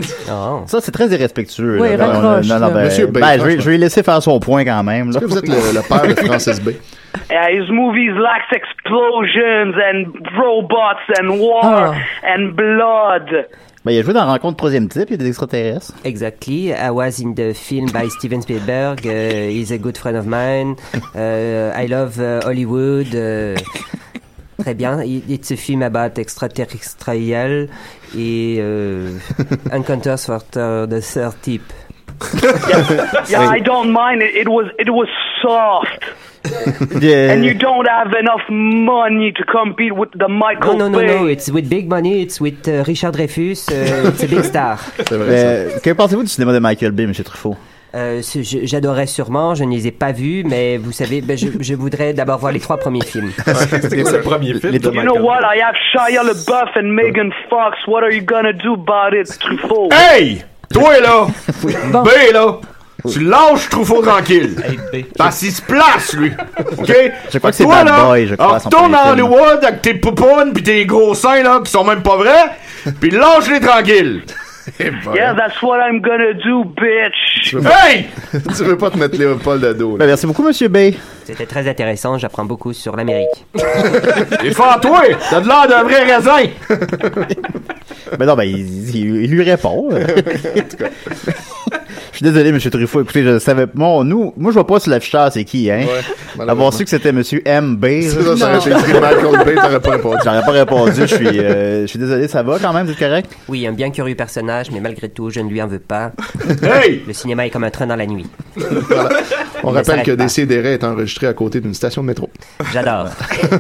Ça, c'est très irrespectueux. Ouais, là. raccroche, Non, non, là. ben, Monsieur Bay, ben, je, vais, franchement. je vais laisser faire son point quand même. Est-ce que vous êtes le, le père de Francis B? Uh, his movies lacks explosions and robots and war Ah. <laughs> and blood. Ben, il a joué dans Rencontre troisième type, il y a des extraterrestres. Exactly. I was in the film by Steven Spielberg. Uh, he's a good friend of mine. Uh, I love uh, Hollywood. Uh, très bien. It- It's a film about extraterrestrial et uh, encounters for the the third type. Yeah, I don't mind it. It was it was soft. Euh. And you don't have enough money to compete with the Michael No, no, no, Bay. no. It's with big money. It's with uh, Richard Dreyfus. Uh, it's a big star. Euh, que pensez-vous du cinéma de Michael Bay, M. Truffaut? Euh, ce- je- J'adorais sûrement, je ne les ai pas vus, mais vous savez, ben, je, je voudrais d'abord voir les trois premiers <laughs> films. <laughs> C'était quoi le premier film de You know Michael? what? I have Shia LaBeouf and Megan Fox. What are you gonna do about it, Truffaut? Hey! Toi, <laughs> là! B, là! Tu lâches Truffaut tranquille! Parce qu'il Bah, se place, <laughs> lui! OK? Je crois que c'est Toi, Bad là, Boy, je crois, son Retourne premier à film. Hollywood avec tes poupounes pis tes gros seins, là, qui sont même pas <laughs> vrais, pis lâche-les tranquilles! Yeah, that's what I'm gonna do, bitch. Hey! <laughs> tu veux pas te mettre Léopold à dos, là. merci beaucoup, Monsieur Bay. C'était très intéressant, j'apprends beaucoup sur l'Amérique. <laughs> Et fort, toi! T'as de l'air d'un vrai raisin! Ben non, ben, il, il- il lui répond. <laughs> <laughs> Je suis désolé, M. Truffaut. Écoutez, je savais. Bon, nous, moi, je vois pas sur l'affichage c'est qui, hein. Avoir su que c'était M. M. B. C'est ça, ça aurait été écrit Michael Bay, t'aurais pas répondu. J'aurais pas répondu. Je suis, euh, je suis désolé, ça va quand même, vous êtes correct? Oui, un bien curieux personnage, mais malgré tout, je ne lui en veux pas. Hey! Le cinéma est comme un train dans la <laughs> nuit. On Il ne rappelle s'arrête que pas. Décideret est enregistré à côté d'une station de métro. J'adore. <laughs>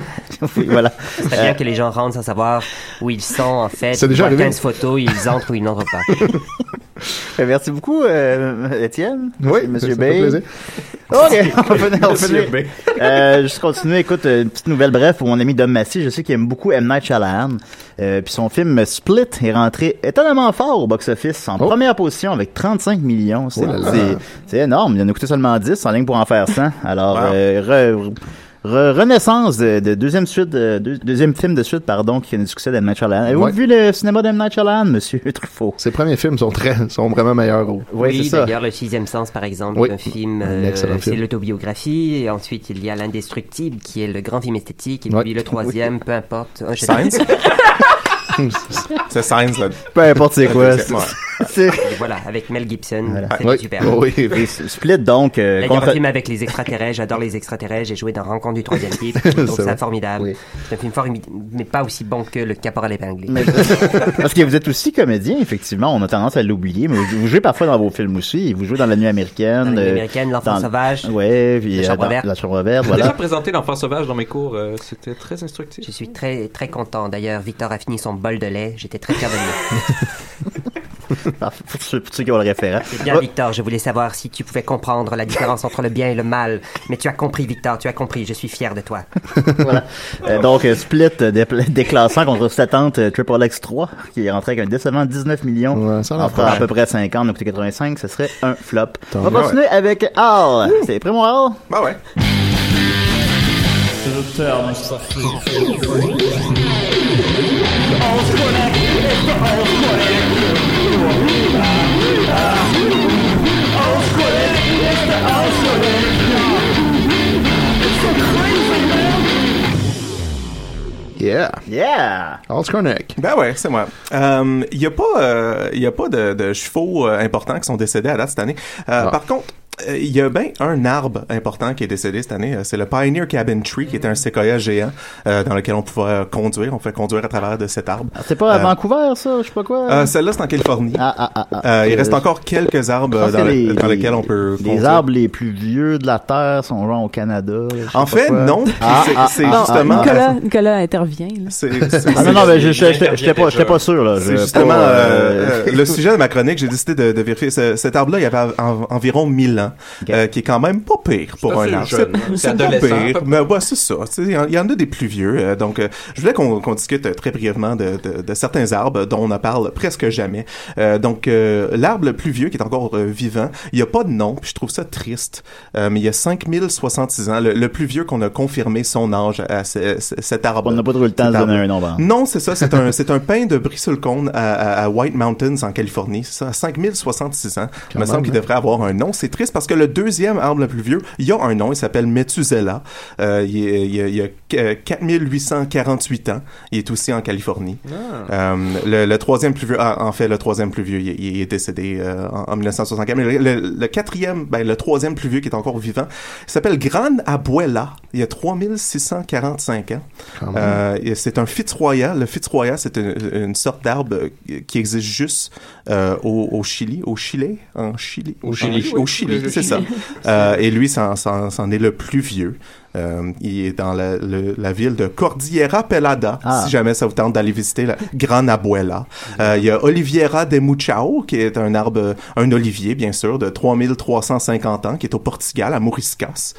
Oui, voilà. C'est très bien que les gens rentrent sans savoir où ils sont, en fait. C'est déjà Ils voient arrivé. 15 photos, ils entrent ou ils n'entrent <laughs> pas. Ben, merci beaucoup, euh, Étienne. Oui, ça Monsieur fait Bay. plaisir. OK, <laughs> on va finir, on va Monsieur finir. Euh, juste continuer, écoute, euh, une petite nouvelle bref pour mon ami Dom Massy. Je sais qu'il aime beaucoup M. Night Shyamalan. Euh, Puis son film Split est rentré étonnamment fort au box-office, en première position avec 35 millions. C'est Oh là là. c'est- c'est énorme. Il en a coûté seulement 10 en ligne pour en faire 100. Alors, euh, re- re- renaissance de, de deuxième suite, de- deux- deuxième film de suite, pardon, qui a du succès d'M. Night Shyamalan. Avez-vous Ouais. vu le cinéma d'M. Night Shyamalan, monsieur Truffaut? Ses premiers films sont très, sont vraiment meilleurs. au- oui, d'ailleurs, Le Sixième Sens, par exemple, Oui. un film, Un euh, excellent c'est film. l'autobiographie. Et ensuite, il y a L'Indestructible, qui est le grand film esthétique. Et Ouais. puis le troisième, peu importe. Oh, je- Science? <laughs> C'est Science, là. Peu importe c'est quoi. Ouais. C'est- Et voilà, avec Mel Gibson. C'était Oui. super. <laughs> Oui, oui. Split, donc. euh, D'ailleurs, contre- un film avec les extraterrestres, j'adore les extraterrestres, j'ai joué dans Rencontre du troisième <laughs> type, donc C'est vrai. c'est formidable. C'est un film formidable, mais pas aussi bon que Le Caporal épinglé. <laughs> Mais- Parce que vous êtes aussi comédien, effectivement. On a tendance à l'oublier, mais vous vous jouez parfois dans vos films aussi. Vous jouez dans La Nuit américaine. Dans La Nuit euh, américaine, L'Enfant dans- sauvage, Ouais, puis La euh, Chambre dans- verte. La Chambre <laughs> verte, J'ai déjà voilà. présenté l'enfant sauvage dans mes cours, euh, c'était très instructif. Je suis très, très content. D'ailleurs, Victor a fini son bol de lait, j'étais très fier de lui. <laughs> Parfait, Ah, pour, ceux, pour ceux qui ont le hein. Oh. référent. C'est bien, Victor, je voulais savoir si tu pouvais comprendre la différence entre le bien et le mal. Mais tu as compris, Victor, tu as compris, je suis fier de toi. voilà. Euh, donc, euh, Split euh, dé- <laughs> déclassant contre cette attente euh, Triple X 3, qui est rentré avec un décevant 19 millions. en l'approche. faisant à peu près 50, donc 85, ce serait un flop. On va mieux. continuer avec Al. C'est prêt, mon Al? Bah ouais. é, Yeah. Yeah. All Scornick. Ben ouais, c'est moi. Euh, Il n'y a pas, euh, il y a pas de, de chevaux euh, importants qui sont décédés à date cette année. Euh, Ah. Par contre, euh, il y a bien un arbre important qui est décédé cette année. Euh, C'est le Pioneer Cabin Tree, qui était un séquoia géant euh, dans lequel on pouvait euh, conduire. On pouvait conduire à travers de cet arbre. C'est pas à Euh, Vancouver, ça, je sais pas quoi. euh, Celle-là, c'est en Californie. Ah, Euh, il reste encore quelques arbres Je pense euh, dans, que le- les- dans lesquels on peut Les conduire. arbres les plus vieux de la Terre sont genre au Canada. je sais En pas fait, quoi. non, puis c'est- c'est Non, justement- <laughs> Nicolas, Nicolas intervient. là. Ah non, non, mais je- je- je- j'étais pas- j'étais pas sûr, là. C'est Je- justement pas, euh, euh, euh, le sujet de ma chronique. J'ai décidé de, de vérifier. Ce- cet arbre-là, il y avait en- environ 1000 ans, euh, qui est quand même pas pire pour assez un arbre. jeune, hein. C'est- C'est C'est pas adolescent, à pire. peu Mais ouais, c'est ça. Tu sais, Il y en- il y en a des plus vieux. euh, donc, euh, je voulais qu'on qu'on discute euh, très brièvement de, de- de certains arbres dont on ne parle presque jamais. Euh, donc, euh, l'arbre le plus vieux qui est encore euh, vivant, il n'y a pas de nom, puis je trouve ça triste. Euh, mais il y a 5066 ans, le, le plus vieux qu'on a confirmé son âge à ce- ce- cet arbre. On n'a pas trouvé le temps de Cet donner arbre. un nom. hein. Non, c'est ça. C'est un, <laughs> c'est un pain de bristlecone à, à- à White Mountains, en Californie. C'est ça, à 5066 ans. Quand il me semble même, qu'il hein. devrait avoir un nom. C'est triste parce que le deuxième arbre le plus vieux, il y a un nom. Il s'appelle Methuselah. Euh, il, est- il y a- il y a euh, 4848 ans. Il est aussi en Californie. Ah. Euh, le, le troisième plus vieux, ah, en fait, le troisième plus vieux, il, il est décédé euh, en, en 1964. Mais le, le- le quatrième, ben, le troisième plus vieux qui est encore vivant, il s'appelle Gran Abuela. Il a 3645 ans. Quand même. Euh, et c'est un Fitzroya. Le Fitzroya, c'est une, une sorte d'arbre euh, qui existe juste euh, au, au Chili, au Chili, en Chili, au Chili. au Chili, Oui, c'est oui. ça. Euh, et lui, c'en, c'en- c'en est le plus vieux. Euh, il est dans la, le- la ville de Cordillera Pelada, Ah. si jamais ça vous tente d'aller visiter la Gran Abuela. Euh, il y a Oliviera de Muchao, qui est un arbre, euh, un olivier, bien sûr, de 3350 ans, qui est au Portugal, à Mouriscas.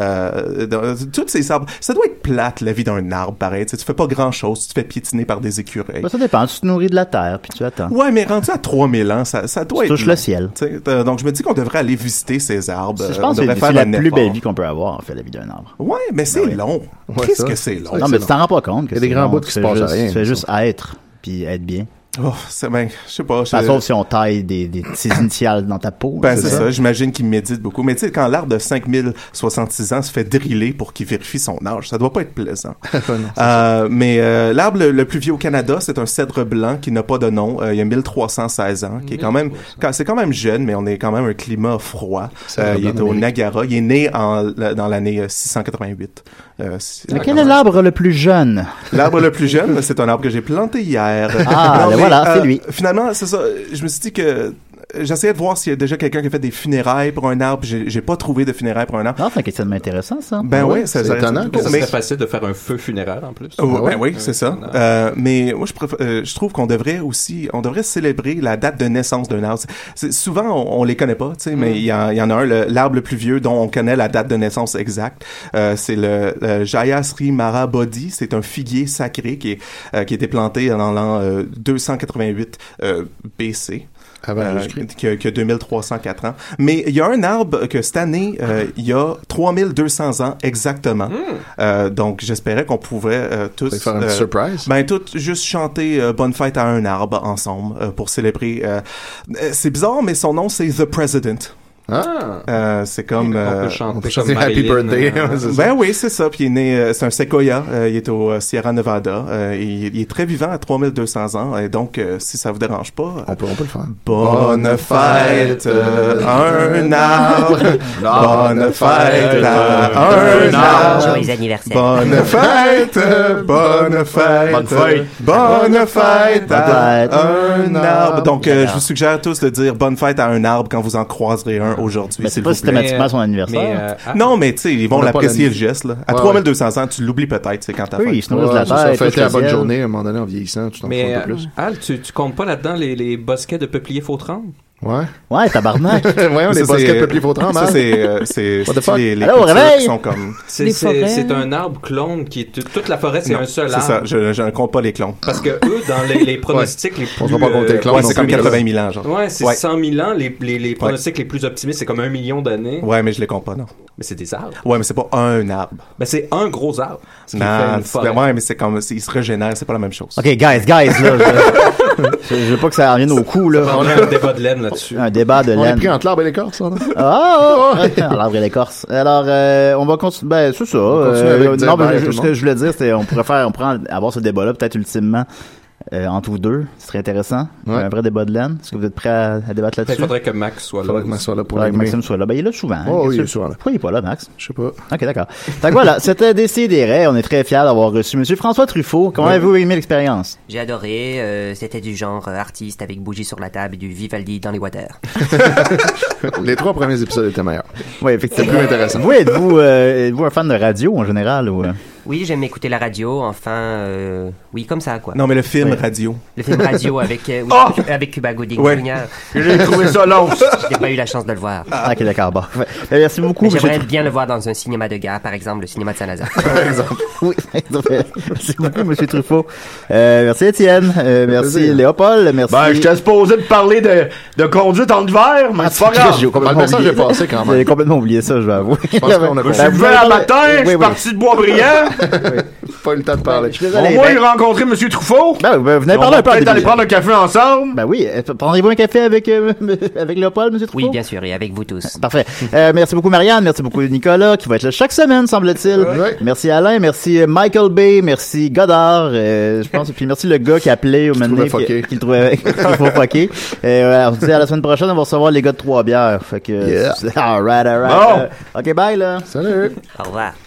Euh, dans- toutes ces arbres, ça doit être plate, la vie d'un arbre, pareil. Tu, sais, tu fais pas grand-chose, tu te fais piétiner par des écureuils. Ben, ça dépend. Tu te nourris de la Terre, puis tu attends. Ouais, mais rendu à 3000 ans, ça, ça doit Tu être. touches long. le ciel. Tu sais, euh, donc, je me dis qu'on devrait aller visiter ces arbres. Je Euh, pense on que c'est devrait c'est la un plus effort. belle vie qu'on peut avoir, en fait, la vie d'un arbre. Ouais, mais Ben c'est long. Ouais, Qu'est-ce ça. que c'est long? Non, mais tu t'en rends pas compte. que Il y a des c'est grands long. bouts qui se C'est passent juste- à rien, Tu ça. fais juste être, puis être bien. Oh, c'est ben, je sais pas. je- Enfin, sauf si on taille des, <coughs> des petits initiales dans ta peau. Ben, c'est ça, j'imagine qu'il médite beaucoup. Mais tu sais, quand l'arbre de 5066 ans se fait driller pour qu'il vérifie son âge, ça doit pas être plaisant. Euh, mais euh, l'arbre le, le plus vieux au Canada, c'est un cèdre blanc qui n'a pas de nom. Euh, il y a 1316 ans, qui est quand même, quand- c'est quand même jeune, mais on est quand même un climat froid. Cèdre Euh, il blanc est au d'Amérique. Niagara. Il est né en, la- dans l'année euh, 688. Euh, c'est- Mais quel est l'arbre le plus jeune? L'arbre le plus jeune, c'est un arbre que j'ai planté hier. Ah, ben mais, euh, voilà, c'est lui. Finalement, c'est ça. Je me suis dit que euh, j'essayais de voir s'il y a déjà quelqu'un qui a fait des funérailles pour un arbre. J'ai j'ai pas trouvé de funérailles pour un arbre. Non, Ah, c'est un questionnement intéressant, ça. Ah Ben ouais, ça- ça- Ça serait Mais- facile de faire un feu funéraire en Ah plus. Ah Oh, ben oui, c'est ça. Euh, mais moi, je, préfère- euh, je trouve qu'on devrait aussi, on devrait célébrer la date de naissance d'un arbre. C'est- souvent, on, on les connaît pas, tu sais, Mm. mais il y, en- il y en a un, le- l'arbre le plus vieux dont on connaît la date de naissance exacte. Euh, c'est le, le Jayasri Marabodhi. C'est un figuier sacré qui, est, euh, qui a été planté dans l'an euh, 288 euh, BC. Avant Euh, Jésus-Christ. qui, a, qui a 2304 ans. Mais il y a un arbre que cette année, euh, il y a 3200 ans exactement. Hmm. Euh, donc, j'espérais qu'on pouvait euh, tous... Peut-être faire un petit surprise. Ben, tous juste chanter euh, Bonne fête à un arbre ensemble euh, pour célébrer. euh, euh, c'est bizarre, mais son nom, c'est The President. Ah. Euh, c'est comme... On peut euh, chanter on peut comme chanter Happy Marilyn, Birthday, euh, ouais, c'est ça. ben oui, c'est ça. Puis il est né, euh, c'est un séquoia. Euh, il est au euh, Sierra Nevada. Euh, il, il est très vivant à 3200 ans. Et donc, euh, si ça vous dérange pas, On peut, on peut le faire. Bonne fête euh, à un arbre. Bonne fête à un arbre. Joyeux anniversaire. <laughs> Bonne fête, bonne fête, Bonne fête. bonne fête Bonne fête. à un arbre. Donc, euh, J'adore. je vous suggère à tous de dire bonne fête à un arbre quand vous en croiserez un aujourd'hui. Mais c'est s'il pas vous plaît. systématiquement son Mais, anniversaire. euh, ah, Non, mais tu sais, ils On vont l'a pas l'apprécier la le geste. Là. À Ouais, 3200 ans, tu l'oublies peut-être, c'est quand t'as Oui, il fait. se nourrit de Ouais, la c'est ça, terre. il touche fêter le la bonne ciel. journée, à un moment donné, en vieillissant, tu t'en fous Mais un euh, peu plus. Al, tu, tu comptes pas là-dedans les, les bosquets de peupliers fautrans? Ouais. <laughs> Ouais, tabarnak. Voyons, les Ça, baskets c'est- peuplés pour <laughs> 30 Ça, c'est euh, c'est- What the c'est fuck? les, les Allô, au cultures réveil? qui sont comme... C'est Des c'est- forêts. c'est un arbre clone qui est tout- toute la forêt, c'est Non, un seul C'est arbre. ça, je, je ne compte pas les clones. Parce que eux, dans les, les pronostics les plus. On se rend pas compte des euh, clones ouais, non c'est comme plus, là. 80 000 ans, genre. Ouais, c'est Ouais. 100 000 ans. Les, les, les pronostics les plus optimistes, c'est comme un million d'années. Ouais, mais je les compte pas, non. Mais c'est des arbres. Ouais, mais c'est pas un arbre. Ben, c'est un gros arbre. ce qui fait Non, une c'est- forêt. ouais, mais c'est comme, c'est- il se régénère, c'est pas la même chose. Ok, guys, guys, là. Je, je- je veux pas que ça en vienne au cou, là. On a un débat de laine là-dessus. Un débat de On est laine. pris entre l'arbre et l'écorce, ça, non? Ah, ah, ah, <laughs> l'arbre et l'écorse. Alors, euh, on va continuer. Ben, c'est ça. continue Euh, avec dire non, bye à mais tout je- le ce monde. que je voulais dire, c'était on pourrait faire, on prend avoir ce débat-là peut-être ultimement euh, entre vous deux. Ce serait intéressant. Ouais. Un vrai débat de laine. Est-ce que vous êtes prêts à, à débattre Il là-dessus? faudrait que Max soit là. Faudrait que Maxime soit là. Ben, il est là souvent. Oh, Qu'est-ce il que- est souvent là. Pourquoi il est pas là, Max? Je sais pas. Ok, d'accord. Donc voilà, <laughs> c'était Décidéré. On est très fiers d'avoir reçu Monsieur François Truffaut. Comment Ouais. avez-vous aimé l'expérience? J'ai adoré, euh, c'était du genre euh, artiste avec bougie sur la table et du Vivaldi dans les <laughs> water. <laughs> Les trois premiers épisodes étaient meilleurs. Oui, effectivement. C'est plus intéressant. Vous, êtes-vous euh, êtes-vous un fan de radio en général? Ou, euh? Oui, j'aime écouter la radio, enfin, euh, oui, comme ça, quoi. Non, mais le film radio. Le film <laughs> radio avec, euh, oui, Oh! Ah! avec Cuba Gooding Ouais. Jr. J'ai trouvé <laughs> ça long. Je n'ai pas eu la chance de le voir. Ah, ok, d'accord. Bon. Ouais. Ben, Merci beaucoup. Mais monsieur J'aimerais Truffaut. bien le voir dans un cinéma de gare, par exemple, le cinéma de Saint-Lazare. <laughs> Par exemple. Oui, merci beaucoup, M. Truffaut. Euh, merci, Étienne. Euh, merci, Plaisir. Léopold. Merci. Ben, j'étais supposé de parler de, de conduite en hiver, Ah, mais c'est pas grave. J'ai complètement oublié. J'avais complètement oublié ça, je vais avouer. Je <laughs> pense qu'on a compris. Je Bah, suis levé à matin, je suis parti <laughs> de Boisbriand. Pas eu le temps de parler. Je suis Au désolé, moins, ben- il rencontrait M. Truffaut. Ben, ben, venez Et on parler va un peu en peut-être début. aller prendre un café ensemble. Ben oui, euh, prendrez-vous un café avec, euh, <laughs> avec Léopold, M. Truffaut? Oui, bien sûr, et avec vous tous. <laughs> Parfait. Euh, merci beaucoup Marianne, merci beaucoup Nicolas qui va être là chaque semaine semble-t-il. Merci Alain, merci euh, Michael Bay, merci Godard, euh, je pense, et puis merci le gars qui appelait au moment donné, trouvait qui fucké. qui le trouvait <laughs> qui le trouvait fucké. Euh, voilà, on se dit à la semaine prochaine, on va recevoir <laughs> les gars de trois bières. Fait que Yeah. all right, all right. Bon. Euh, ok, bye là. Salut. Au revoir.